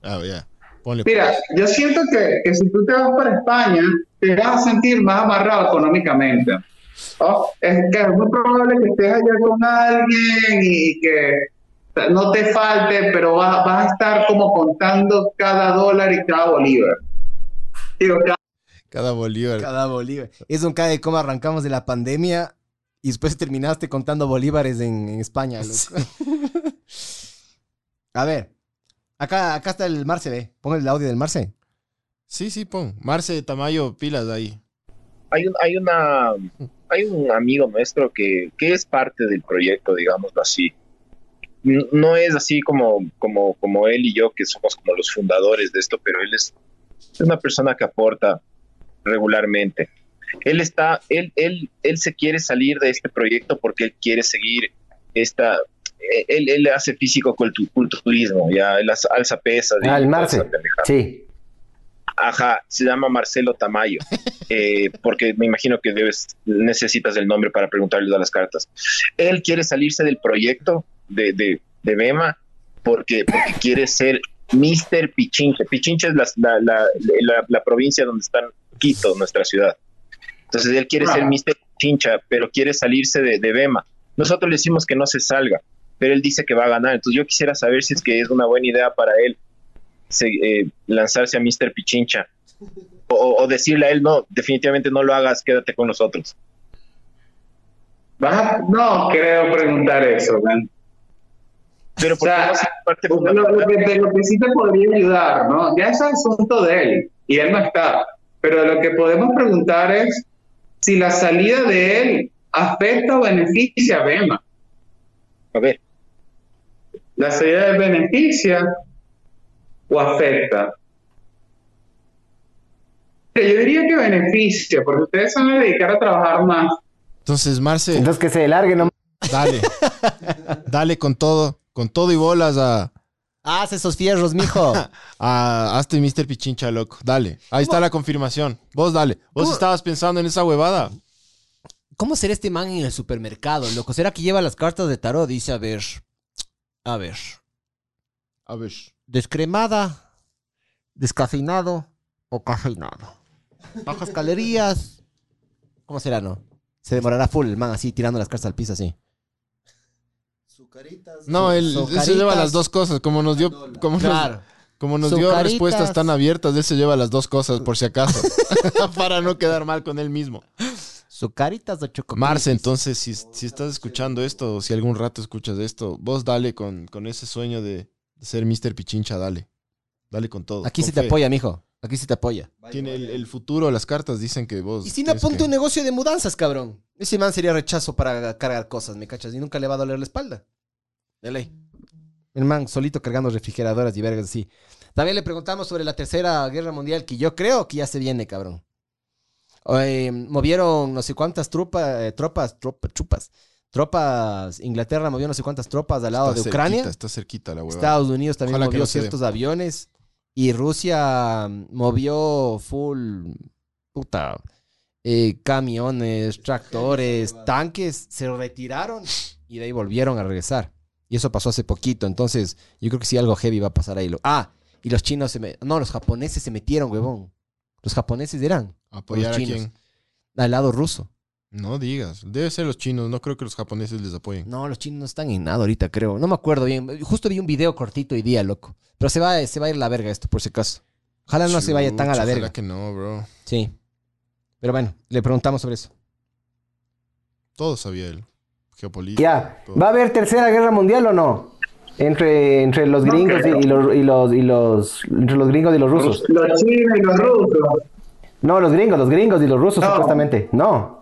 Speaker 2: Ah, ya. Ponle.
Speaker 4: Mira, yo siento que, que si tú te vas para España, te vas a sentir más amarrado económicamente. ¿no? Es que es muy probable que estés allá con alguien y que no te falte, pero vas, vas a estar como contando cada dólar y cada bolívar. Digo, cada
Speaker 2: Cada
Speaker 1: <laughs>
Speaker 2: bolívar.
Speaker 1: Cada bolívar. Es un cae cómo arrancamos de la pandemia y después terminaste contando bolívares en, en España. loco. <laughs> A ver, acá, acá está el Marce, ve. Pon el audio del Marce.
Speaker 2: Sí, sí, pon. Marce Tamayo, pilas ahí.
Speaker 5: hay, un- hay una hay un amigo nuestro que, que es parte del proyecto, digámoslo así. N- No es así como, como, como él y yo, que somos como los fundadores de esto, pero él es, es una persona que aporta regularmente. Él está, él, él, él se quiere salir de este proyecto porque él quiere seguir esta. eh, Él, él hace físico cultu- culturismo, ya, él alza- alza pesas. y
Speaker 6: Ah, el
Speaker 5: toda
Speaker 6: Marce.
Speaker 5: esa pendejada.
Speaker 6: Sí.
Speaker 5: Ajá, se llama Marcelo Tamayo, eh, porque me imagino que debes, necesitas el nombre para preguntarles a las cartas. Él quiere salirse del proyecto de, de, de Bema porque, porque quiere ser Mr. Pichinche. Pichinche es la, la, la- la- la provincia donde está Quito, nuestra ciudad. Entonces él quiere ser Mr. Pichincha, pero quiere salirse de, de Bema. Nosotros le decimos que no se salga, pero él dice que va a ganar. Entonces yo quisiera saber si es que es una buena idea para él se- eh, lanzarse a Mr. Pichincha o, o- o decirle a él, no, definitivamente no lo hagas, quédate con nosotros.
Speaker 4: ¿Vas a- No creo preguntar eso. man.
Speaker 5: Pero porque
Speaker 4: O sea,
Speaker 5: no es parte
Speaker 4: Lo, lo
Speaker 5: fundamental.
Speaker 4: que, te- lo que sí te podría ayudar, ¿no? Ya eso es asunto de él y él no está. Pero lo que podemos preguntar es si la salida de él afecta o beneficia a Bema.
Speaker 5: A ver,
Speaker 4: ¿La salida de él beneficia o afecta? Yo diría que beneficia, porque ustedes se van a dedicar a trabajar más.
Speaker 2: Entonces, Marce,
Speaker 1: <laughs>
Speaker 6: Entonces que se largue nomás.
Speaker 2: dale. dale con todo. Con todo y bolas a,
Speaker 1: Haz Ah, esos fierros,
Speaker 6: <laughs>
Speaker 1: mijo.
Speaker 2: a hazte Mr. Pichincha, loco. Dale. Ahí está la confirmación. Vos dale. Vos
Speaker 1: ¿Cómo?
Speaker 2: estabas pensando en esa huevada.
Speaker 1: ¿Cómo será este man en el supermercado, loco? ¿Será que lleva las cartas de tarot? Dice, a ver, a ver,
Speaker 2: A ver.
Speaker 1: descremada, descafeinado o cafeinado. Bajas calorías. ¿Cómo será, no? Se demorará full el man así, tirando las cartas al piso así.
Speaker 3: Sucaritas.
Speaker 2: No, él, él
Speaker 1: Socaritas.
Speaker 2: se lleva las dos cosas. Como nos dio, como nos- como nos dio
Speaker 1: Socaritas.
Speaker 2: respuestas tan abiertas, él se lleva las dos cosas, por si acaso. <laughs> Para no quedar mal con él mismo.
Speaker 1: Su caritas de chocolate.
Speaker 2: Marce, entonces, si, si estás escuchando esto, o si algún rato escuchas esto, vos dale con, con ese sueño de, de ser Mr. Pichincha, dale. Dale con todo.
Speaker 1: Aquí
Speaker 2: con
Speaker 1: se te
Speaker 2: fe.
Speaker 1: apoya, mijo. Aquí se te apoya.
Speaker 3: Vaya,
Speaker 2: Tiene el,
Speaker 3: vaya.
Speaker 2: el futuro, las cartas dicen que vos.
Speaker 1: Y si no,
Speaker 2: tienes
Speaker 1: ponte
Speaker 2: que-
Speaker 1: un negocio de mudanzas, cabrón. Ese man sería rechazo para cargar cosas, ¿me cachas? Y nunca le va a doler la espalda. De ley. El man solito cargando refrigeradoras y vergas así. También le preguntamos sobre la tercera guerra mundial, que yo creo que ya se viene, cabrón. Eh, movieron no sé cuántas trupa- eh, tropas, tropa- chupas, tropas. Inglaterra movió no sé cuántas tropas al lado
Speaker 2: está
Speaker 1: de Ucrania.
Speaker 2: Cerquita, está cerquita la huevada.
Speaker 1: Estados Unidos también
Speaker 2: Ojalá que
Speaker 1: movió
Speaker 2: no se dé.
Speaker 1: ciertos aviones y Rusia mm, movió full puta eh, camiones, tractores, tanques, se retiraron y de ahí volvieron a regresar. Y eso pasó hace poquito, entonces yo creo que sí algo heavy va a pasar ahí. Lo- Ah, y los chinos se me- no, los japoneses se metieron, huevón. Los japoneses eran
Speaker 2: ¿Apoyar
Speaker 1: los
Speaker 2: a
Speaker 1: chinos.
Speaker 2: quién?
Speaker 1: al lado ruso.
Speaker 2: No digas. Debe ser los chinos. No creo que los japoneses les apoyen.
Speaker 1: No, los chinos no están en nada ahorita, creo. No me acuerdo bien. Justo vi un video cortito hoy día, loco. Pero se va, se va a ir la verga esto, por si acaso. Ojalá no se vaya tan a la
Speaker 2: Chuch, ojalá
Speaker 1: verga.
Speaker 2: que no, bro.
Speaker 1: Sí. Pero bueno, le preguntamos sobre eso.
Speaker 2: Todo sabía él. Geopolítica.
Speaker 6: Ya.
Speaker 2: todo.
Speaker 6: ¿Va a haber tercera guerra mundial o no? Entre, entre los
Speaker 4: No
Speaker 6: gringos y,
Speaker 4: creo.
Speaker 6: y los, y los y los entre los gringos y los rusos.
Speaker 4: Los chinos y los rusos.
Speaker 6: No, los gringos, los gringos y los rusos
Speaker 4: No.
Speaker 6: supuestamente. No.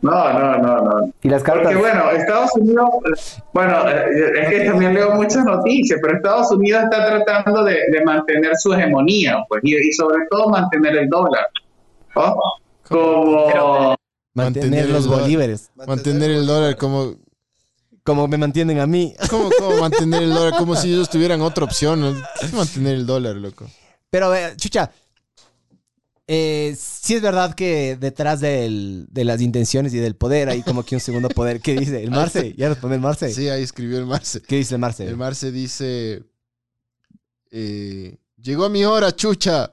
Speaker 4: No, no, no, no.
Speaker 6: Y las cartas.
Speaker 4: Porque bueno, Estados Unidos, bueno, eh, es que también leo muchas noticias, pero Estados Unidos está tratando de, de mantener su hegemonía, pues, y, y sobre todo mantener el dólar. ¿no? Como,
Speaker 1: Mantener,
Speaker 2: Mantener
Speaker 1: los
Speaker 2: el dólar.
Speaker 1: bolívares.
Speaker 2: Mantener el dólar como...
Speaker 1: Como me mantienen a mí.
Speaker 2: ¿Cómo, cómo mantener el dólar? Como si ellos tuvieran otra opción. ¿no? ¿Qué es mantener el dólar, loco?
Speaker 1: Pero, eh, chucha, eh, sí es verdad que detrás del- de las intenciones y del poder hay como que un segundo poder. ¿Qué dice? ¿El
Speaker 2: <laughs>
Speaker 1: Marce? ¿Ya responde el Marce?
Speaker 2: Sí, ahí escribió el Marce.
Speaker 1: ¿Qué dice el Marce?
Speaker 2: El Marce dice... eh, Llegó mi hora, chucha.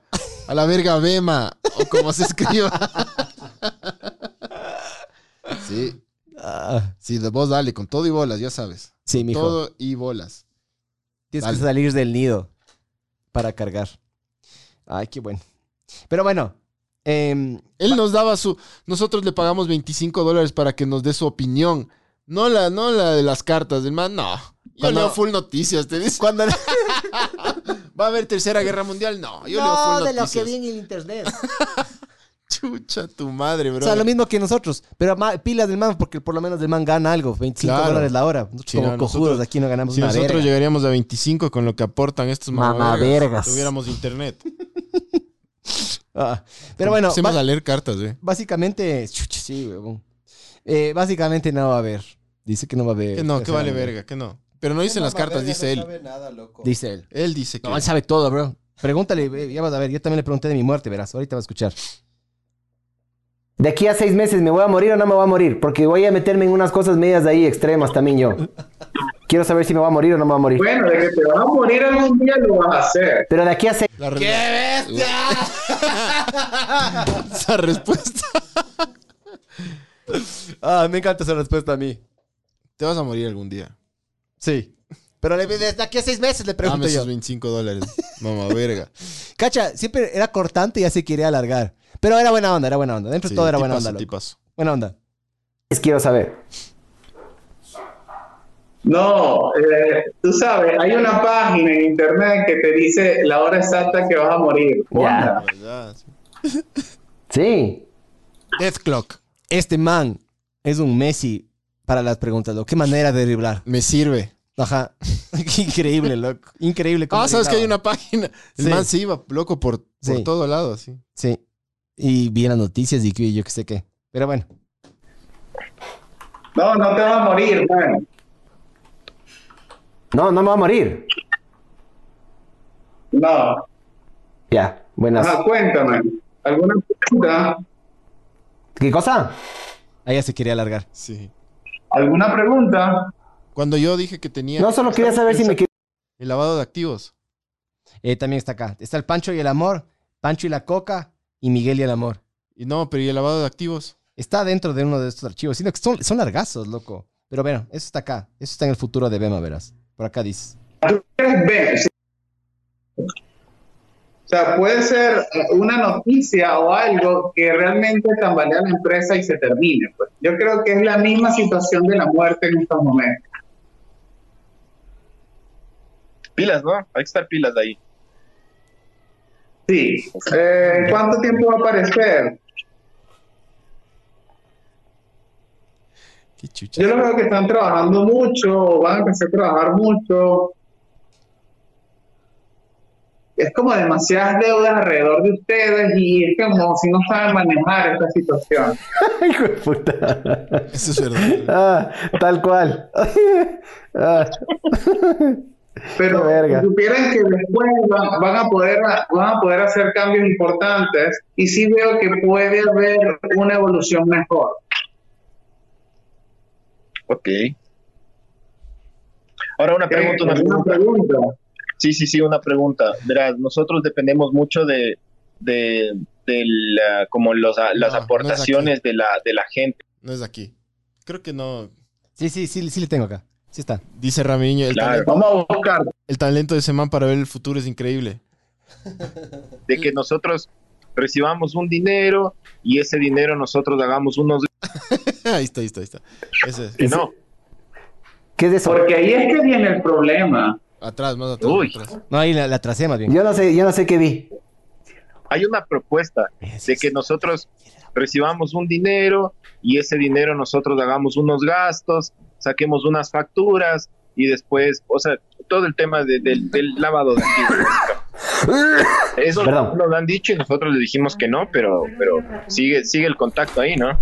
Speaker 2: A la verga, Bema. O como se
Speaker 1: <laughs>
Speaker 2: escriba. Sí,
Speaker 1: Ah,
Speaker 2: sí, de vos dale, con todo y bolas, ya sabes.
Speaker 1: sí, mijo.
Speaker 2: Todo y bolas.
Speaker 1: Tienes que
Speaker 2: dale.
Speaker 1: salir del nido para cargar. Ay, qué bueno. Pero bueno, em,
Speaker 2: Él nos daba su. Nosotros le pagamos 25 dólares para que nos dé su opinión. No la, no la de las cartas, del man, no. Yo
Speaker 1: Cuando-
Speaker 2: leo full noticias, te dice. <laughs> ¿Va a haber tercera guerra mundial? No, yo leo
Speaker 1: no
Speaker 2: full
Speaker 1: de lo
Speaker 2: noticias.
Speaker 1: que vi en el
Speaker 2: <laughs>
Speaker 1: internet.
Speaker 2: Chucha tu madre,
Speaker 1: o
Speaker 2: bro.
Speaker 1: sea, lo mismo que nosotros. Pero ma- pilas del man, porque por lo menos el man gana algo. 25
Speaker 2: Claro.
Speaker 1: dólares la hora. Nosotros
Speaker 2: Sí,
Speaker 1: como
Speaker 2: no,
Speaker 1: cojudos
Speaker 2: nosotros-
Speaker 1: aquí no ganamos
Speaker 2: si
Speaker 1: una
Speaker 2: nosotros
Speaker 1: verga.
Speaker 2: llegaríamos a 25 con lo que aportan estos
Speaker 6: Mamavergas.
Speaker 2: mamavergas. si Tuviéramos internet.
Speaker 1: Ah, Pero bueno,
Speaker 2: Empecemos
Speaker 1: ba-
Speaker 2: a leer cartas, güey.
Speaker 1: básicamente... chucha, sí, huevón. Eh, básicamente no va a haber. Dice que no va a haber.
Speaker 2: Que no, que
Speaker 1: tercera
Speaker 2: vale
Speaker 1: guerra.
Speaker 2: verga, que no. Pero no dicen las cartas, dice él.
Speaker 3: No sabe nada, loco.
Speaker 1: Dice él.
Speaker 2: Él dice que.
Speaker 1: No, él sabe todo, bro. Pregúntale, eh, ya vas a ver. Yo también le pregunté de mi muerte, verás. Ahorita va a escuchar.
Speaker 6: De aquí a seis meses, ¿me voy a morir o no me voy a morir? Porque voy a meterme en unas cosas medias de ahí extremas también yo. Quiero saber si me voy a morir o no me voy a morir.
Speaker 4: bueno, de que te vas a morir algún día lo vas a hacer.
Speaker 6: Pero de aquí a seis...
Speaker 2: ¡Qué bestia! <laughs> Esa respuesta.
Speaker 1: Ah, me encanta esa respuesta a mí.
Speaker 2: Te vas a morir algún día.
Speaker 1: Sí. Pero le- desde aquí a seis meses le pregunto
Speaker 2: Dame
Speaker 1: yo.
Speaker 2: esos 25 dólares. Mamá
Speaker 1: <laughs>
Speaker 2: verga.
Speaker 1: Cacha, siempre era cortante y así quería alargar. Pero era buena onda, era buena onda. Dentro de
Speaker 2: Sí,
Speaker 1: todo era buena
Speaker 2: tipazo,
Speaker 1: onda. loco.
Speaker 2: tipazo.
Speaker 1: Buena onda.
Speaker 6: Quiero saber.
Speaker 4: No, eh, tú sabes, hay una página en internet que te dice la hora exacta que vas a morir.
Speaker 6: Ya.
Speaker 2: Ya, sí.
Speaker 6: Sí.
Speaker 2: Death Clock.
Speaker 1: Este man es un Messi para las preguntas. loco. Qué manera de driblar.
Speaker 2: Me sirve.
Speaker 1: Ajá. <laughs> Increíble, loco. Increíble. cómo
Speaker 2: Ah, sabes que hay
Speaker 1: driblaba.
Speaker 2: una página. El
Speaker 1: Sí.
Speaker 2: man se iba loco por, por
Speaker 1: Sí.
Speaker 2: todo lado, así.
Speaker 1: Sí. Y vi las noticias y que yo qué sé qué. Pero bueno.
Speaker 4: No, no te vas a morir, man.
Speaker 6: No, no me voy a morir.
Speaker 4: No.
Speaker 6: Ya. Buenas.
Speaker 4: Ajá, cuéntame. ¿Alguna pregunta?
Speaker 6: ¿Qué cosa?
Speaker 1: Ahí ya se quería alargar.
Speaker 2: Sí.
Speaker 4: ¿Alguna pregunta?
Speaker 2: Cuando yo dije que tenía
Speaker 6: No, solo quería saber si me... quiero-
Speaker 2: el lavado de activos.
Speaker 1: Eh, también está acá. Está el Pancho y el Amor, Pancho y la Coca y Miguel y el Amor.
Speaker 2: Y no, pero ¿y el lavado de activos?
Speaker 1: Está dentro de uno de estos archivos. Sino que son, son largazos, loco. Pero bueno, eso está acá. Eso está en el futuro de Bema, verás. Por acá dice.
Speaker 4: ¿Quieres ver? Sí. O sea, puede ser eh, una noticia o algo que realmente tambalea la empresa y se termine. Pues. Yo creo que es la misma situación de la muerte en estos momentos.
Speaker 5: Pilas, ¿no? Hay que estar pilas de ahí.
Speaker 4: Sí. Eh, ¿Cuánto tiempo va a aparecer?
Speaker 2: Qué chucha.
Speaker 6: <laughs>
Speaker 4: Yo lo veo que están trabajando mucho, o van a empezar a trabajar mucho. Es como demasiadas deudas alrededor de ustedes y es como si no saben manejar esta situación.
Speaker 6: Hijo de puta.
Speaker 2: Eso es verdad.
Speaker 6: Ah, tal cual. Ah,
Speaker 4: Pero
Speaker 6: Qué verga.
Speaker 4: si supieran que después van, van a poder, van a poder hacer cambios importantes y sí veo que puede haber una evolución mejor.
Speaker 5: Ok. Ahora una pregunta, una
Speaker 4: Eh, ¿alguna
Speaker 5: pregunta.
Speaker 4: pregunta?
Speaker 5: Sí, sí, sí, una pregunta. Verás, nosotros dependemos mucho de, de, de la- como los, a- las
Speaker 2: No, no es
Speaker 5: aportaciones de, la, de la gente.
Speaker 2: No es de aquí. Creo que no.
Speaker 1: Sí, sí, sí, sí le tengo acá. Sí está.
Speaker 2: Dice Ramiriño, el,
Speaker 5: Claro.
Speaker 2: talento,
Speaker 4: Vamos a buscar.
Speaker 2: el talento de ese man para ver el futuro es increíble. <laughs>
Speaker 5: De que nosotros recibamos un dinero y ese dinero nosotros hagamos unos...
Speaker 2: ahí está, ahí está, ahí está. Ese es.
Speaker 5: Que no,
Speaker 6: ¿Qué es eso?
Speaker 4: Porque ahí es que viene el problema.
Speaker 2: Atrás, más atrás.
Speaker 5: Uy.
Speaker 2: atrás.
Speaker 1: No, ahí la, la tracé más bien.
Speaker 6: Yo no sé, yo no sé qué vi.
Speaker 5: Hay una propuesta de que nosotros recibamos un dinero y ese dinero nosotros hagamos unos gastos, saquemos unas facturas y después, o sea, todo el tema de- del- del lavado de activos. Eso
Speaker 6: Perdón.
Speaker 5: nos lo han dicho y nosotros le dijimos que no, pero, pero sigue, sigue el contacto ahí, ¿no?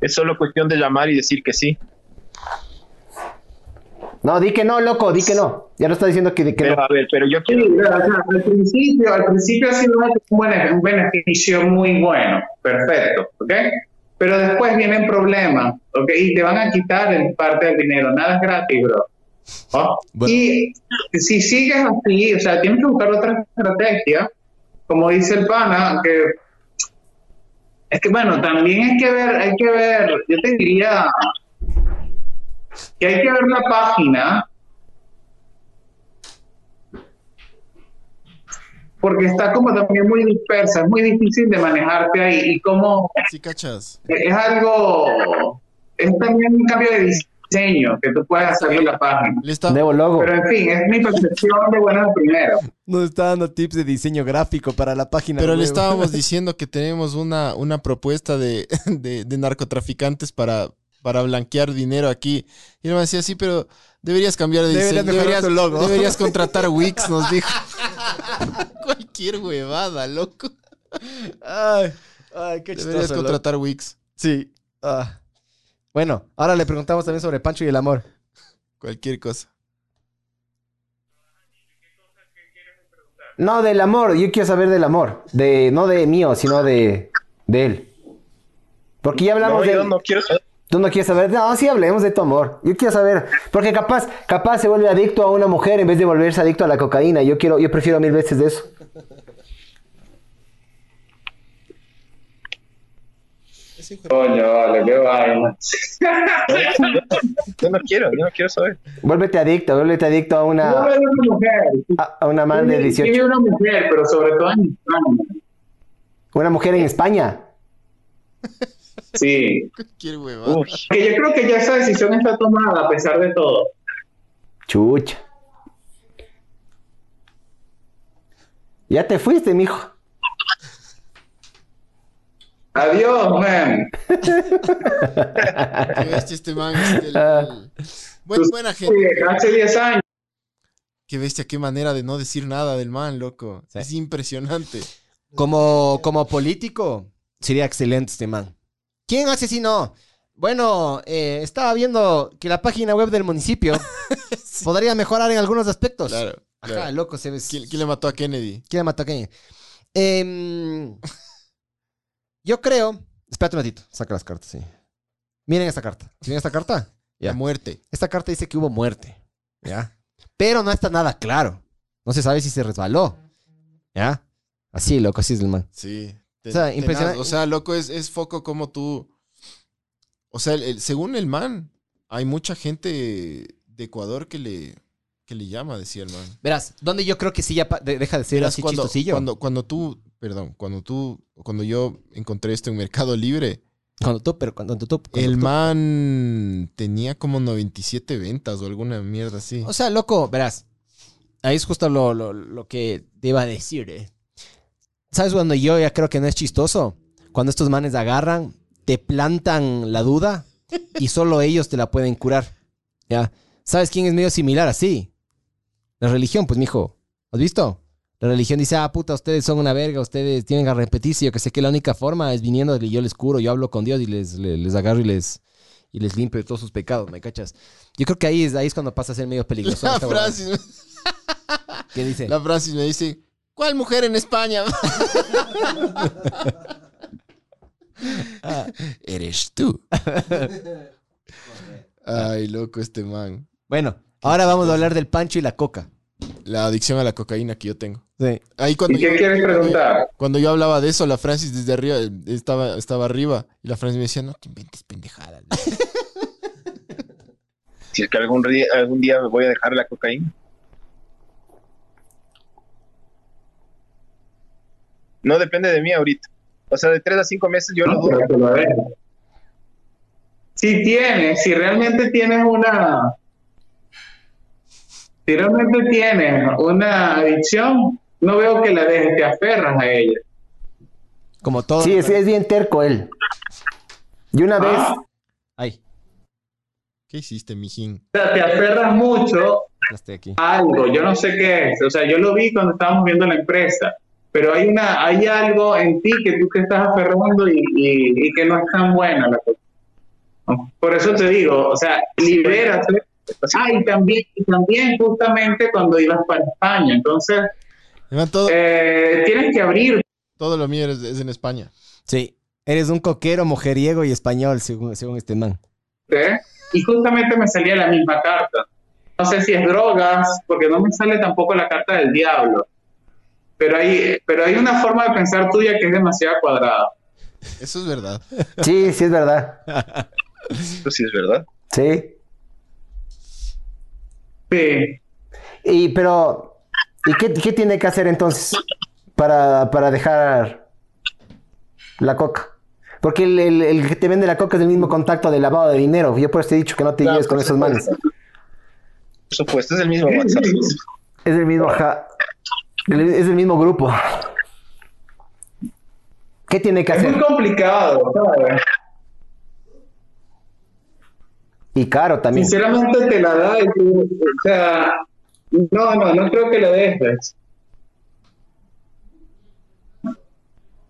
Speaker 5: Es solo cuestión de llamar y decir que sí.
Speaker 6: No, di que no, loco, di que no. Ya no está diciendo que, que
Speaker 5: Pero
Speaker 6: no.
Speaker 5: a ver, pero yo
Speaker 4: Sí,
Speaker 5: quiero...
Speaker 4: claro, o sea, al principio, al principio ha sido un, buen- un beneficio muy bueno, perfecto, ¿ok? Pero después vienen problemas, ¿ok? Y te van a quitar el parte del dinero, nada es gratis, bro. ¿no?
Speaker 2: Bueno.
Speaker 4: Y si sigues así, o sea, tienes que buscar otra estrategia, como dice el pana, que es que bueno, también hay que ver, hay que ver, yo te diría que hay que ver la página porque está como también muy dispersa, es muy difícil de manejarte ahí y como
Speaker 2: Sí, cachas.
Speaker 4: es algo, es también un cambio de diseño que tú puedes hacerle a la página.
Speaker 2: Le está,
Speaker 6: Debo logo.
Speaker 4: Pero en fin, es mi percepción de buenas a primeras.
Speaker 1: Nos está dando tips de diseño gráfico para la página.
Speaker 2: pero le
Speaker 1: web. <laughs>
Speaker 2: estábamos diciendo que tenemos una, una propuesta de, <laughs> de- de narcotraficantes para, para blanquear dinero aquí. Y él me decía, sí, pero deberías cambiar de
Speaker 1: Deberías
Speaker 2: diseño.
Speaker 1: mejorar
Speaker 2: Deberías,
Speaker 1: tu logo". <laughs>
Speaker 2: deberías contratar Wix, nos dijo. Cualquier huevada, loco.
Speaker 1: Ay, ay, qué chistoso.
Speaker 2: Deberías
Speaker 1: loco.
Speaker 2: contratar Wix.
Speaker 1: Sí. ah. Bueno, ahora le preguntamos también sobre Pancho y el amor.
Speaker 2: Cualquier cosa.
Speaker 6: No, del amor. Yo quiero saber del amor. De, no de mío, sino de, de él. Porque ya hablamos
Speaker 5: No,
Speaker 6: de...
Speaker 5: yo no quiero saber.
Speaker 6: Tú no quieres saber. No, sí hablemos de tu amor. Yo quiero saber. Porque capaz, capaz se vuelve adicto a una mujer en vez de volverse adicto a la cocaína. Yo quiero, yo prefiero mil veces de eso.
Speaker 3: Ese hijo de-
Speaker 4: Coño, vale, qué vaina.
Speaker 5: Yo no quiero, yo no quiero saber.
Speaker 6: Vuélvete adicto, vuélvete adicto a
Speaker 4: No, no,
Speaker 6: una,
Speaker 4: es una mujer.
Speaker 6: a, a una man de
Speaker 4: Sí,
Speaker 6: 18.
Speaker 4: sí, una mujer, pero sobre todo en España.
Speaker 6: Una mujer en España.
Speaker 4: Sí.
Speaker 2: Cualquier huevada.
Speaker 5: Uy,
Speaker 4: Que yo creo que ya esa decisión está tomada a pesar de todo.
Speaker 6: Chucha. Ya te fuiste, mijo.
Speaker 4: Adiós, man.
Speaker 2: Qué bestia este man. es del-
Speaker 6: Ah.
Speaker 1: Pues,
Speaker 2: Buen- buena
Speaker 4: Sí,
Speaker 2: gente.
Speaker 4: hace 10 años.
Speaker 2: Qué bestia, qué manera de no decir nada del man, loco. Es impresionante.
Speaker 1: Como, como político, sería excelente este man. ¿Quién asesinó? Bueno, eh, estaba viendo que la página web del municipio podría mejorar en algunos aspectos.
Speaker 2: Claro.
Speaker 1: Ajá,
Speaker 2: claro.
Speaker 1: loco, se ves.
Speaker 2: ¿Quién, quién le mató a Kennedy?
Speaker 1: ¿Quién mató a quién? Em, <laughs> yo creo. Espérate un ratito. Saca las cartas, sí. Miren esta carta. ¿Miren esta carta? Ya.
Speaker 2: La muerte.
Speaker 1: Esta carta dice que hubo muerte. ¿Ya? Pero no está nada claro. No se sabe si se resbaló. ¿Ya? Así, loco, así es el man.
Speaker 2: Sí.
Speaker 1: O sea,
Speaker 2: tenaz.
Speaker 1: impresionante.
Speaker 2: O sea, loco, es, es foco como tú. O sea, el- el- según el man, hay mucha gente de Ecuador que le, que le llama, decía el man.
Speaker 1: Verás, donde yo creo que sí ya pa- de- deja de ser
Speaker 2: Verás,
Speaker 1: así
Speaker 2: cuando,
Speaker 1: chistosillo. Cuando,
Speaker 2: cuando, cuando tú, perdón, cuando tú, cuando yo encontré esto en Mercado Libre,
Speaker 1: tú, pero cuando tú. cuando
Speaker 2: el
Speaker 1: tú.
Speaker 2: man tenía como 97 ventas o alguna mierda así.
Speaker 1: O sea, loco, verás. Ahí es justo lo, lo- lo que te iba a decir, eh. ¿Sabes cuando yo ya creo que no es chistoso? Cuando estos manes agarran, te plantan la duda y solo ellos te la pueden curar. ¿Ya? ¿Sabes quién es medio similar así? La religión, pues, mijo. ¿Has visto? La religión dice, ah, puta, ustedes son una verga, ustedes tienen que arrepentirse. Yo que sé que la única forma es viniendo y yo les curo, yo hablo con Dios y les, les, les agarro y les, y les limpio de todos sus pecados, ¿me cachas? Yo creo que ahí es, ahí es cuando pasa a ser medio peligroso.
Speaker 2: <laughs> la,
Speaker 1: esta huevada.
Speaker 2: Francis,
Speaker 1: ¿Qué dice?
Speaker 2: la Francis me dice, ¿cuál mujer en España? <laughs>
Speaker 1: Ah,
Speaker 2: Eres tú. Ay, loco, este man.
Speaker 1: bueno, ahora vamos a hablar del pancho y la coca.
Speaker 2: La adicción a la cocaína que yo tengo.
Speaker 1: Sí.
Speaker 2: Ahí cuando
Speaker 4: ¿Y qué
Speaker 2: yo-
Speaker 4: quieres preguntar?
Speaker 2: Cuando yo hablaba de eso, la Francis desde arriba eh, estaba, estaba arriba. Y la Francis me decía, no te inventes pendejadas. loco".
Speaker 5: si es que algún, ri- algún día me voy a dejar la cocaína. No depende de mí ahorita. O sea, de tres a cinco meses yo lo
Speaker 4: No,
Speaker 5: duro.
Speaker 4: Ah, pero te lo dejo. Si tienes, si realmente tienes una. Si realmente tienes una adicción, no veo que la dejes, te aferras a ella.
Speaker 1: Como todo.
Speaker 6: Sí, es, es bien terco él. Y una vez,
Speaker 4: Ah,
Speaker 1: Ay,
Speaker 2: ¿Qué hiciste, mijín?
Speaker 4: o sea, te aferras mucho
Speaker 1: ya estoy aquí.
Speaker 4: a algo, yo no sé qué es. O sea, yo lo vi cuando estábamos viendo la empresa, pero hay una, hay algo en ti que tú te estás aferrando y, y- y que no es tan buena la cosa. Por eso te digo, o sea, libérate. Ah, y también, y también justamente cuando ibas para España. Entonces,
Speaker 2: Iván, todo,
Speaker 4: eh, tienes que abrir
Speaker 2: todo lo mío es, es en España.
Speaker 1: Sí. Eres un coquero, mujeriego y español, según, según este man.
Speaker 4: ¿eh? y justamente me salía la misma carta. No sé si es drogas, porque no me sale tampoco la carta del diablo. Pero hay, pero hay una forma de pensar tuya que es demasiado cuadrada.
Speaker 2: Eso es verdad.
Speaker 6: sí, sí
Speaker 1: <laughs>
Speaker 6: es verdad.
Speaker 5: Eso sí es verdad.
Speaker 6: Sí.
Speaker 4: Sí.
Speaker 6: Y pero, ¿y qué, qué tiene que hacer entonces para, para dejar la coca? Porque el, el- el que te vende la coca es el mismo contacto de lavado de dinero. Yo por eso te he dicho que no te
Speaker 5: Claro,
Speaker 6: lleves con
Speaker 5: por
Speaker 6: esos manes.
Speaker 5: supuesto. Por supuesto, es el mismo WhatsApp.
Speaker 6: Es el mismo ja- el- es el mismo grupo. ¿Qué tiene que
Speaker 4: Es muy
Speaker 6: hacer?
Speaker 4: complicado, ¿sabes?
Speaker 6: Y caro también.
Speaker 4: Sinceramente te la da y tú, o sea, no, no, no creo que la dejes.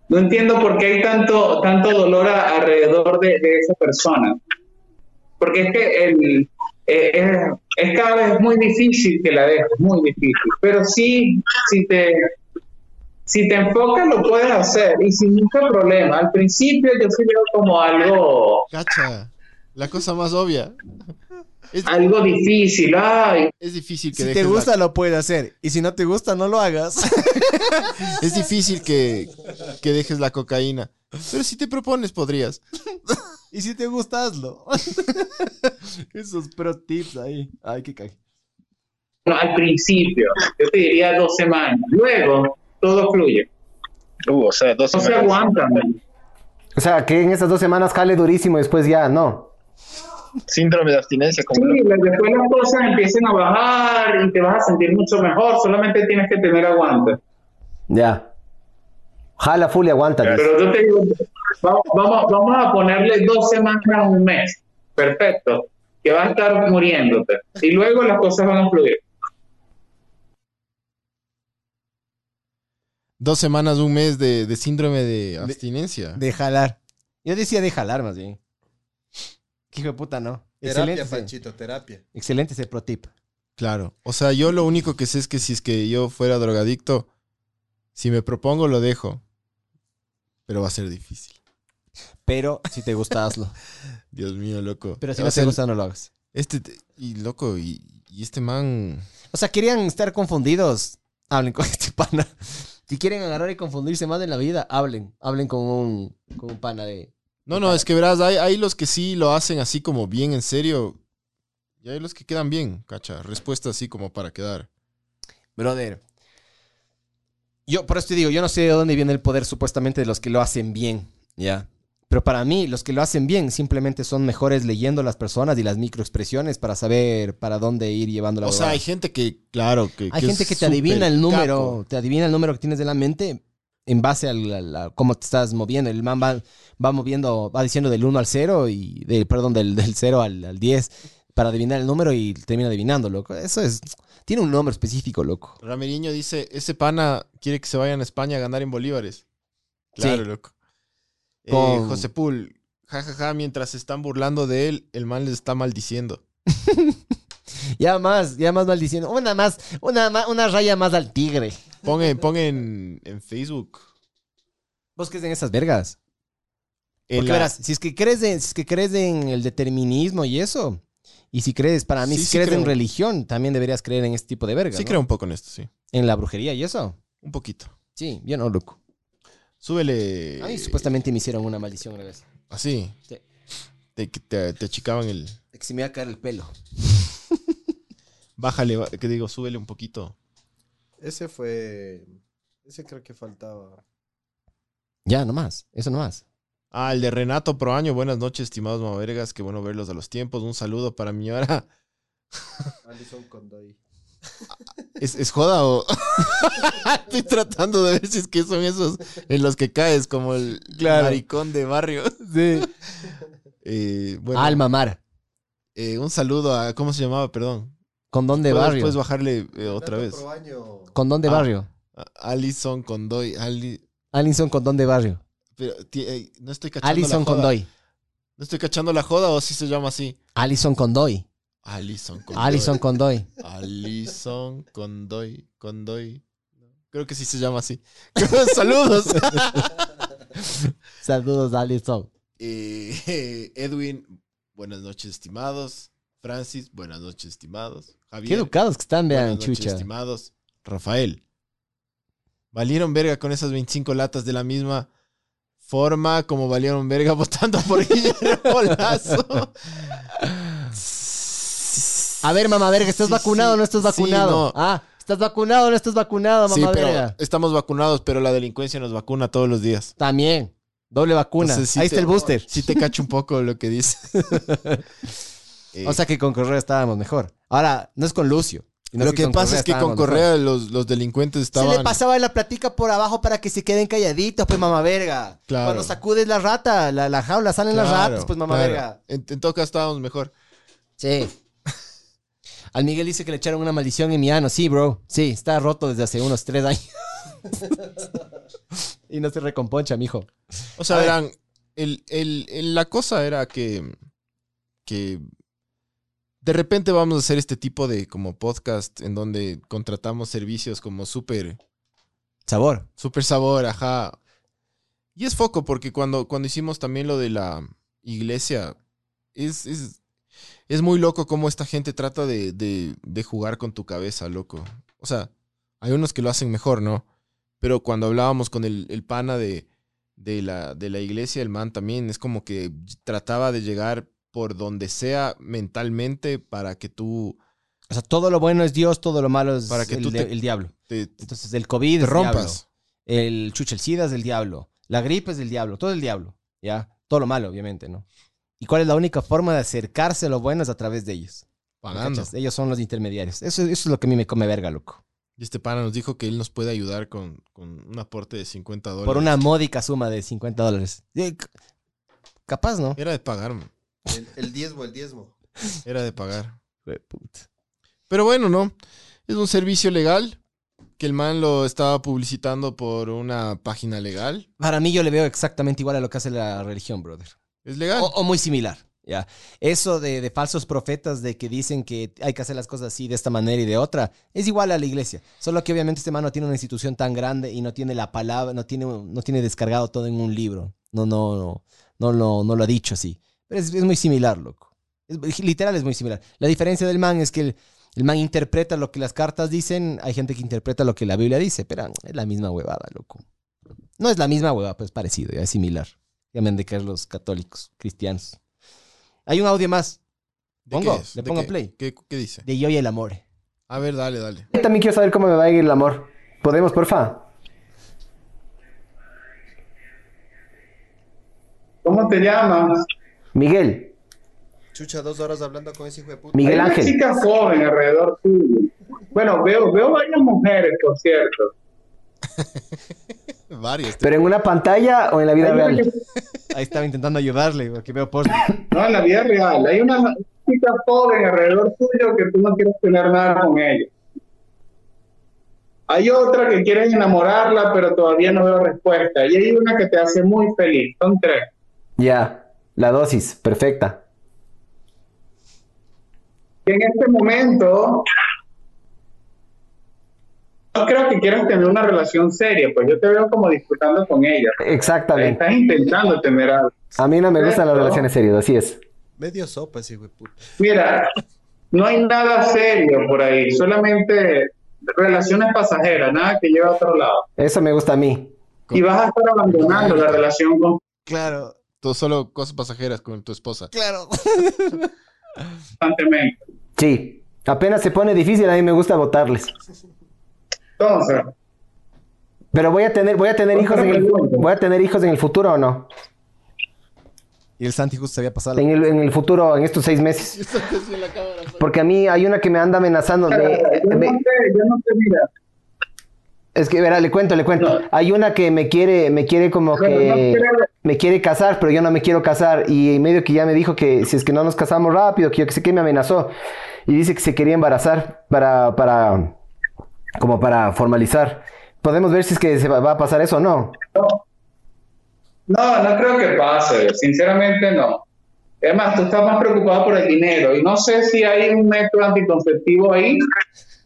Speaker 4: No entiendo por qué hay tanto, tanto dolor a- alrededor de, de esa persona. Porque es que el, eh, es, es cada vez muy difícil que la dejes, muy difícil. Pero sí, si te, si te enfocas, lo puedes hacer y sin ningún problema. Al principio yo sí veo como algo,
Speaker 2: Cacha. La cosa más obvia. Es,
Speaker 4: algo difícil. Ay,
Speaker 2: es difícil que
Speaker 1: Si te
Speaker 2: dejes la-
Speaker 1: gusta, lo puedes hacer. Y si no te gusta, no lo hagas. <laughs>
Speaker 2: Es difícil que, que dejes la cocaína. Pero si te propones, podrías.
Speaker 1: y si te gusta, hazlo. <laughs> Esos pro tips ahí. Ay, qué cague.
Speaker 4: No, al principio, yo te diría dos semanas. Luego, todo fluye.
Speaker 5: Uh, o sea, dos
Speaker 4: No se
Speaker 5: semanas.
Speaker 4: aguantan.
Speaker 6: O sea, que en esas dos semanas jale durísimo y después ya, no.
Speaker 5: Síndrome de abstinencia.
Speaker 4: Sí,
Speaker 5: Como lo-
Speaker 4: la- después las cosas empiezan a bajar y te vas a sentir mucho mejor. Solamente tienes que tener aguante.
Speaker 6: Ya. Jala full y aguanta. pues. dice.
Speaker 4: Pero yo te digo, va- vamos, vamos a ponerle dos semanas a un mes. Perfecto. Que va a estar muriéndote. Y luego las cosas van a fluir.
Speaker 2: Dos semanas, un mes de, de síndrome de abstinencia.
Speaker 1: De jalar. Yo decía de jalar más bien. Qué hijo de puta, ¿no?
Speaker 3: Terapia,
Speaker 1: Excelente, ese,
Speaker 3: Panchito, terapia.
Speaker 1: excelente ese pro tip.
Speaker 2: Claro. O sea, yo lo único que sé es que si es que yo fuera drogadicto, si me propongo, lo dejo. Pero va a ser difícil.
Speaker 1: Pero si te gusta, hazlo.
Speaker 2: Dios mío, loco.
Speaker 1: Pero si
Speaker 2: O
Speaker 1: no te
Speaker 2: sea,
Speaker 1: gusta, no lo hagas.
Speaker 2: Este, te- y loco, y, y este man.
Speaker 1: O sea, querían estar confundidos. Hablen con <laughs> este pana. Si quieren agarrar y confundirse más en la vida, hablen. Hablen con un, con un pana de.
Speaker 2: No, no, es que verás, hay, hay los que sí lo hacen así como bien en serio. Y hay los que quedan bien, cacha. Respuesta así como para quedar.
Speaker 1: Brother. Yo, por eso te digo, yo no sé de dónde viene el poder supuestamente de los que lo hacen bien. Ya. Pero para mí, los que lo hacen bien simplemente son mejores leyendo las personas y las microexpresiones para saber para dónde ir llevando la
Speaker 2: O sea,
Speaker 1: huevada.
Speaker 2: hay gente que, claro, que.
Speaker 1: Hay
Speaker 2: que es
Speaker 1: gente que te
Speaker 2: súper
Speaker 1: adivina el número,
Speaker 2: capo.
Speaker 1: te adivina el número que tienes de la mente en base a, la- la- cómo te estás moviendo. El man va, va moviendo, va diciendo del 1 al 0 y del, perdón, del, del 0 al, al 10 para adivinar el número y termina adivinando, loco. Eso es, tiene un nombre específico, loco.
Speaker 2: Ramiriño dice: Ese pana quiere que se vayan a España a ganar en bolívares. Claro,
Speaker 1: Sí.
Speaker 2: loco. Eh,
Speaker 1: Con-
Speaker 2: José Pool, jajaja, mientras se están burlando de él, el man les está maldiciendo.
Speaker 1: Ya más, ya más maldiciendo. Una más, una, ma- una raya más al tigre.
Speaker 2: Pongan, pongan en Facebook.
Speaker 1: ¿Vos crees en esas vergas?
Speaker 2: En
Speaker 1: Porque
Speaker 2: la-
Speaker 1: verás, si es que crees en, si es que crees en el determinismo y eso, y si crees, para mí,
Speaker 2: Sí,
Speaker 1: si
Speaker 2: sí
Speaker 1: crees en
Speaker 2: creo.
Speaker 1: religión, también deberías creer en este tipo de vergas,
Speaker 2: Sí,
Speaker 1: ¿no?
Speaker 2: creo un poco en esto, sí.
Speaker 1: En la brujería y eso.
Speaker 2: Un poquito.
Speaker 1: Sí, yo no, loco.
Speaker 2: Súbele.
Speaker 1: A mí supuestamente me hicieron una maldición una vez.
Speaker 2: Así.
Speaker 1: Sí.
Speaker 2: Te, te- te achicaban el.
Speaker 1: De que se me iba a caer el pelo.
Speaker 2: Bájale, ba- que digo, súbele un poquito.
Speaker 3: Ese fue. Ese creo que faltaba.
Speaker 1: Ya, nomás. Eso nomás.
Speaker 2: Ah, el de Renato Proaño. Buenas noches, estimados mamavergas. Qué bueno verlos a los tiempos. Un saludo para mi hora.
Speaker 3: Alison Condoy.
Speaker 2: <laughs> ¿Es, es joda o...? <laughs> Estoy tratando de ver si es que son esos en los que caes como el
Speaker 1: Claro.
Speaker 2: maricón
Speaker 1: <laughs>
Speaker 2: de barrio. Eh, bueno,
Speaker 1: Alma Mar.
Speaker 2: eh, un saludo a... ¿Cómo se llamaba? Perdón.
Speaker 1: Condón de
Speaker 2: ¿Puedo
Speaker 1: barrio.
Speaker 2: después bajarle eh, otra vez.
Speaker 3: Pro año.
Speaker 1: Condón de
Speaker 2: Ah.
Speaker 1: barrio.
Speaker 2: A- Alison Condoy. Ali...
Speaker 1: Allison Condón de barrio.
Speaker 2: pero, ti- ey, no estoy cachando
Speaker 1: Allison
Speaker 2: la joda.
Speaker 1: Condoy.
Speaker 2: No estoy cachando la joda o si se llama así.
Speaker 1: Allison Condoy.
Speaker 2: Alison Condoy.
Speaker 1: Allison Condoy.
Speaker 2: Alison Condoy. Condoy. Creo que sí se llama así. <laughs> Saludos.
Speaker 1: <laughs> Saludos, Allison.
Speaker 2: Eh, eh, Edwin, buenas noches, estimados. Francis, buenas noches, estimados.
Speaker 1: Qué
Speaker 2: Javier,
Speaker 1: educados que están,
Speaker 2: buenas
Speaker 1: vean,
Speaker 2: noches,
Speaker 1: chucha.
Speaker 2: estimados. Rafael, valieron verga con esas 25 latas de la misma forma como valieron verga <laughs> votando por Guillermo Lazo.
Speaker 1: A ver, mamá verga, ¿estás
Speaker 2: Sí,
Speaker 1: vacunado o
Speaker 2: sí,
Speaker 1: no estás
Speaker 2: sí,
Speaker 1: vacunado?
Speaker 2: no.
Speaker 1: Ah, ¿estás vacunado o no estás vacunado, mamá
Speaker 2: Sí, pero
Speaker 1: verga?
Speaker 2: estamos vacunados, pero la delincuencia nos vacuna todos los días.
Speaker 1: También. Doble vacuna.
Speaker 2: Entonces, sí
Speaker 1: Ahí
Speaker 2: te-
Speaker 1: está el booster.
Speaker 2: Sí te cacho un poco lo que dice.
Speaker 1: O sea que con Correa estábamos mejor. Ahora, no es con Lucio. sino
Speaker 2: lo que
Speaker 1: con
Speaker 2: pasa
Speaker 1: Correa
Speaker 2: es que con
Speaker 1: estábamos mejor.
Speaker 2: Correa los, los delincuentes estaban...
Speaker 1: Se le pasaba la platica por abajo para que se queden calladitos, pues mamá verga.
Speaker 2: Claro.
Speaker 1: Cuando sacudes la rata, la, la jaula, salen las
Speaker 2: Claro,
Speaker 1: ratas, pues mamá
Speaker 2: claro.
Speaker 1: verga.
Speaker 2: En, en todo caso estábamos mejor.
Speaker 1: Sí. Al Miguel dice que le echaron una maldición en mi ano. Sí, bro. Sí, está roto desde hace unos tres años. <laughs> y no se recomponcha, mijo.
Speaker 2: O
Speaker 1: A
Speaker 2: sea,
Speaker 1: ver.
Speaker 2: eran... El, el- el- la cosa era que... Que... De repente vamos a hacer este tipo de como podcast en donde contratamos servicios como súper...
Speaker 1: Sabor.
Speaker 2: Super sabor, ajá. Y es foco, porque cuando, cuando hicimos también lo de la iglesia, es, es, es muy loco cómo esta gente trata de, de- de jugar con tu cabeza, loco. O sea, hay unos que lo hacen mejor, ¿no? Pero cuando hablábamos con el, el pana de, de la, de la iglesia, el man también, es como que trataba de llegar por donde sea mentalmente para que tú
Speaker 1: O sea, todo lo bueno es Dios, todo lo malo es
Speaker 2: Para que
Speaker 1: el,
Speaker 2: tú
Speaker 1: de-
Speaker 2: te-
Speaker 1: el diablo.
Speaker 2: te, te-
Speaker 1: Entonces, el COVID
Speaker 2: te
Speaker 1: es rompas.
Speaker 2: rompas.
Speaker 1: El chucha, el sida es del diablo. La gripe es del diablo. Todo el diablo. ¿Ya? Todo lo malo, obviamente, ¿no? ¿Y cuál es la única forma de acercarse a lo bueno? Es a través de ellos. ¿Me
Speaker 2: Pagando.
Speaker 1: cachas? Ellos son los intermediarios. Eso, eso es lo que a mí me come verga, loco.
Speaker 2: Y este pana nos dijo que él nos puede ayudar con, con un aporte de 50 dólares.
Speaker 1: Por una módica suma de 50 dólares. Eh, c- Capaz, ¿no?
Speaker 2: Era de pagar, man.
Speaker 3: El, el diezmo, el diezmo.
Speaker 2: era de pagar. Pero bueno, ¿no? Es un servicio legal que el man lo estaba publicitando por una página legal.
Speaker 1: Para mí yo le veo exactamente igual a lo que hace la religión, brother.
Speaker 2: Es legal.
Speaker 1: O, o muy similar. Ya. Eso de, de falsos profetas de que dicen que hay que hacer las cosas así de esta manera y de otra, es igual a la iglesia. Solo que obviamente este man no tiene una institución tan grande y no tiene la palabra, no tiene, no tiene descargado todo en un libro. No, no, no, no, lo- no lo ha dicho así. Pero es, es muy similar, loco. Es- literal es muy similar. La diferencia del man es que el, el man interpreta lo que las cartas dicen, hay gente que interpreta lo que la Biblia dice, pero es la misma huevada, loco. No es la misma huevada, pero es parecido, ya es similar. Ya me han de caer los católicos, cristianos. Hay un audio más
Speaker 2: ¿De qué
Speaker 1: pongo,
Speaker 2: es?
Speaker 1: le
Speaker 2: ¿De
Speaker 1: pongo
Speaker 2: qué?
Speaker 1: play.
Speaker 2: ¿Qué, qué dice?
Speaker 1: de Yo y el Amor.
Speaker 2: A ver, dale, dale.
Speaker 6: Yo también quiero saber cómo me va a ir el amor. ¿Podemos, porfa?
Speaker 4: ¿Cómo te llamas?
Speaker 6: Miguel,
Speaker 3: Chucha, dos horas hablando con ese hijo de puta.
Speaker 6: Miguel
Speaker 4: Hay una
Speaker 6: Ángel.
Speaker 4: chica joven alrededor tuyo. Bueno, veo, veo varias mujeres, por cierto.
Speaker 2: Varios.
Speaker 6: ¿Pero en una pantalla o en la vida
Speaker 4: Hay una
Speaker 6: real?
Speaker 4: que-
Speaker 1: Ahí estaba intentando ayudarle, porque veo por
Speaker 4: no, en la vida real. Hay una chica joven alrededor tuyo que tú no quieres tener nada con ella. Hay otra que quieres enamorarla, pero todavía no veo respuesta. Y hay una que te hace muy feliz. Son tres.
Speaker 6: Ya, la dosis, perfecta.
Speaker 4: Y en este momento no creo que quieras tener una relación seria, pues yo te veo como disfrutando con ella.
Speaker 6: Exactamente.
Speaker 4: Estás intentando tener algo.
Speaker 6: A mí no me gustan las
Speaker 4: Perfecto.
Speaker 6: relaciones serias, así es.
Speaker 3: Medio sopa ese hijo de puta.
Speaker 4: Mira, no hay nada serio por ahí, solamente relaciones pasajeras, nada que lleve a otro lado.
Speaker 6: Eso me gusta a mí.
Speaker 4: Y vas a estar abandonando la relación con
Speaker 2: Claro. Tú solo cosas pasajeras con tu esposa.
Speaker 4: constantemente.
Speaker 6: Sí. Apenas se pone difícil, a mí me gusta votarles.
Speaker 4: Entonces,
Speaker 6: Pero voy a tener, voy a tener hijos en el, voy a tener hijos en el futuro o no?
Speaker 1: Y el Santi justo se había pasado.
Speaker 6: en el, en el futuro, en estos seis meses. Porque a mí hay una que me anda amenazando. me-
Speaker 4: eh, yo,
Speaker 6: me-
Speaker 4: no sé, yo no sé, mira.
Speaker 6: es que, verá, le cuento, le cuento. Hay una que me quiere, me quiere como
Speaker 4: Bueno, no
Speaker 6: que...
Speaker 4: creo-
Speaker 6: me quiere casar, pero yo no me quiero casar. Y medio que ya me dijo que si es que no nos casamos rápido, que yo que sé qué, me amenazó. Y dice que se quería embarazar para, para, como para formalizar. Podemos ver si es que se va va a pasar eso o no.
Speaker 4: No. No, no creo que pase, sinceramente no. Es más, tú estás más preocupado por el dinero y no sé si hay un método anticonceptivo ahí,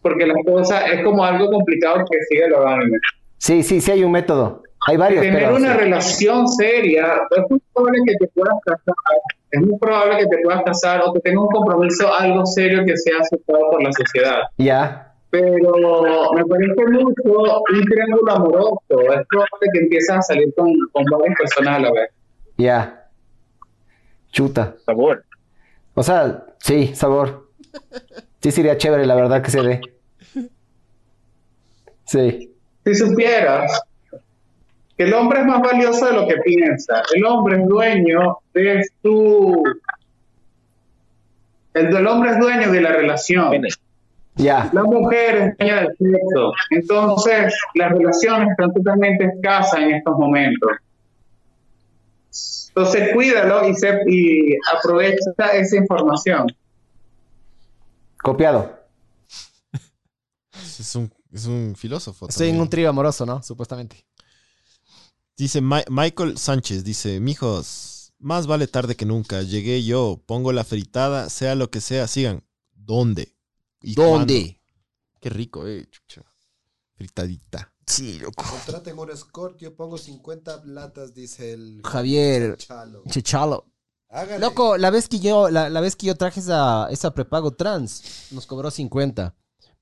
Speaker 4: porque la cosa es como algo complicado que sigue lo anime.
Speaker 6: Sí, sí, sí hay un método. Hay varios,
Speaker 4: Tener
Speaker 6: pero...
Speaker 4: una
Speaker 6: sí.
Speaker 4: relación seria, pues, es muy probable que te puedas casar, es muy probable que te puedas casar o que tenga un compromiso algo serio que sea aceptado por la sociedad.
Speaker 6: Ya,
Speaker 4: pero me parece mucho un triángulo amoroso. Es probable que empiezas a salir con, con varias personas a la vez.
Speaker 6: ya. Chuta.
Speaker 5: Sabor.
Speaker 6: O sea, sí, sabor. Sí sería chévere, la verdad, que se dé. Sí.
Speaker 4: Si supieras que el hombre es más valioso de lo que piensa, el hombre es dueño de su. El, el hombre es dueño de la relación.
Speaker 5: Viene.
Speaker 4: <laughs>
Speaker 6: Ya,
Speaker 4: La mujer es dueña del sexo. Entonces, las relaciones están totalmente escasas en estos momentos. Entonces, cuídalo y, se, y aprovecha esa información.
Speaker 6: copiado.
Speaker 2: Es un, es un filósofo.
Speaker 1: Estoy en
Speaker 2: también.
Speaker 1: un trío amoroso, ¿no? Supuestamente.
Speaker 2: Dice Mi- Michael Sánchez, dice, mijos, más vale tarde que nunca. Llegué yo, pongo la fritada, sea lo que sea, sigan. ¿Dónde? ¿Y cuándo? Qué rico, eh, chucha. Fritadita.
Speaker 1: Sí, loco.
Speaker 3: Contraten un escort, yo pongo 50 latas, dice el
Speaker 1: Javier
Speaker 3: chalo.
Speaker 1: Chichalo.
Speaker 3: Hágale.
Speaker 1: Loco, la vez que yo, la, la vez que yo traje esa, esa prepago trans, nos cobró 50.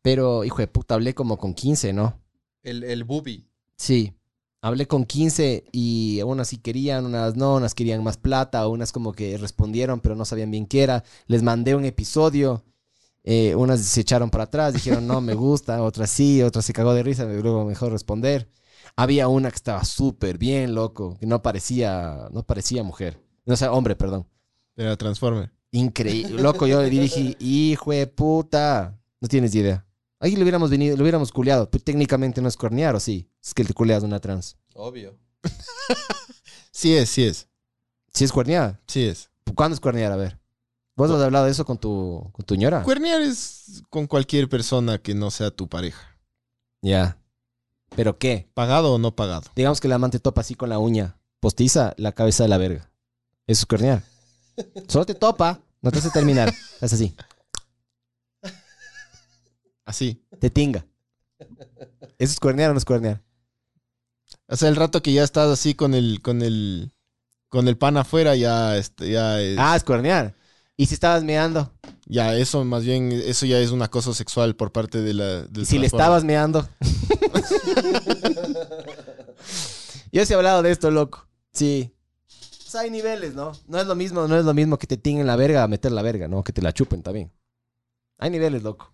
Speaker 1: Pero, hijo de puta, hablé como con 15, ¿no?
Speaker 8: El, el booby.
Speaker 1: Sí. Hablé con 15 y unas sí querían, unas no, unas querían más plata, unas como que respondieron pero no sabían bien qué era. Les mandé un episodio, eh, unas se echaron para atrás, dijeron no, me gusta, otras sí, otras se cagó de risa, luego mejor responder. Había una que estaba súper bien, loco, que no parecía, no parecía mujer. No, o sea, hombre, perdón.
Speaker 2: De la Transformer.
Speaker 1: Increíble. Loco, yo le dije, hijo de puta. No tienes idea. Ahí le hubiéramos venido, le hubiéramos culeado. Pero técnicamente no es cornear, ¿o sí? Es que te culeas una trans.
Speaker 8: Obvio.
Speaker 2: Sí es, sí es,
Speaker 1: Si es cuernear.
Speaker 2: sí es.
Speaker 1: ¿Cuándo es cuernear? A ver. ¿Vos has hablado de eso con tu, con tu ñora?
Speaker 2: Cuernear es con cualquier persona que no sea tu pareja.
Speaker 1: Ya. ¿Pero qué?
Speaker 2: Pagado o no pagado.
Speaker 1: Digamos que la amante topa así con la uña. Postiza la cabeza de la verga. Eso es cuernear. Solo te topa. No te hace terminar. Es así.
Speaker 2: Así.
Speaker 1: Te tinga. ¿Eso es cuernear o no es cuernear?
Speaker 2: O sea, el rato que ya estás así con el, con el, con el pan afuera, ya, este, ya, es-
Speaker 1: Ah, es cuernear. ¿Y si estabas meando?
Speaker 2: ya eso más bien, eso ya es un acoso sexual por parte de la. del
Speaker 1: Y si le
Speaker 2: Transformer.
Speaker 1: estabas meando.
Speaker 2: <laughs>
Speaker 1: Yo sí he hablado de esto, loco. Sí. O sea, hay niveles, ¿no? No es lo mismo, no es lo mismo que te tinguen la verga a meter la verga, ¿no? Que te la chupen también. Hay niveles, loco.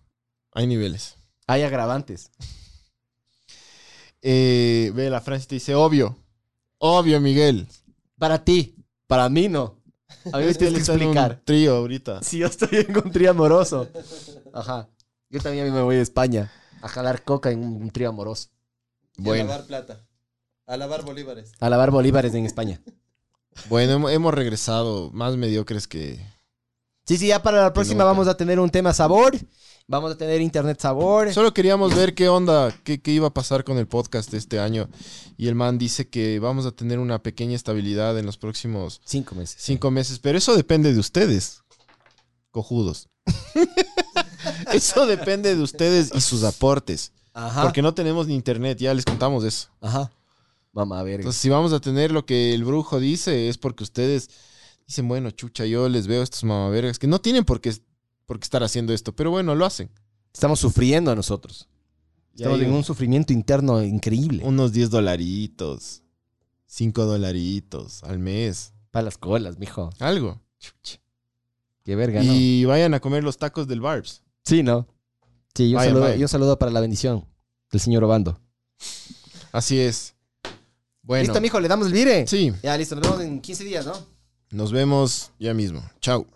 Speaker 2: Hay niveles.
Speaker 1: Hay agravantes.
Speaker 2: Eh, ve, la Francia te dice, obvio. Obvio, Miguel.
Speaker 1: Para ti, para mí no. A mí me
Speaker 2: <laughs> Es que él
Speaker 1: tienes que
Speaker 2: Este está en un
Speaker 1: explicar.
Speaker 2: trío ahorita.
Speaker 1: Si yo estoy en un trío amoroso. Ajá. Yo también a mí me voy a España a jalar coca en un trío amoroso.
Speaker 8: Y A lavar plata. A lavar bolívares.
Speaker 1: A lavar bolívares en España.
Speaker 2: Bueno, hemo- hemos regresado más mediocres que...
Speaker 1: Sí, sí, ya para la próxima
Speaker 2: nunca.
Speaker 1: vamos a tener un tema sabor. Vamos a tener internet sabor.
Speaker 2: Solo queríamos ver qué onda, qué, qué iba a pasar con el podcast de este año. Y el man dice que vamos a tener una pequeña estabilidad en los próximos
Speaker 1: Cinco meses.
Speaker 2: cinco meses. Pero eso depende de ustedes, cojudos. <laughs> eso depende de ustedes y sus aportes.
Speaker 1: Ajá.
Speaker 2: Porque no tenemos ni internet, ya les contamos eso.
Speaker 1: Ajá. Mamá verga.
Speaker 2: Entonces, si vamos a tener lo que el brujo dice, es porque ustedes dicen, bueno, chucha, yo les veo a estos mamavergas que no tienen por qué, por qué estar haciendo esto, pero bueno, lo hacen.
Speaker 1: Estamos sufriendo nosotros.
Speaker 2: Y
Speaker 1: Estamos
Speaker 2: hay
Speaker 1: en
Speaker 2: un-
Speaker 1: un sufrimiento interno increíble.
Speaker 2: unos 10 dolaritos, 5 dolaritos al mes,
Speaker 1: Para las colas, mijo.
Speaker 2: algo.
Speaker 1: Qué verga, ¿no?
Speaker 2: Y vayan a comer los tacos del Barbs.
Speaker 1: Sí, ¿no? Sí, yo,
Speaker 2: Vaya,
Speaker 1: saludo,
Speaker 2: vaya.
Speaker 1: yo saludo para la bendición del señor Obando.
Speaker 2: Así es. Bueno.
Speaker 1: Listo, mijo, le damos el vire.
Speaker 2: Sí,
Speaker 1: Ya, listo. Nos vemos en 15 días, ¿no?
Speaker 2: Nos vemos ya mismo. Chao.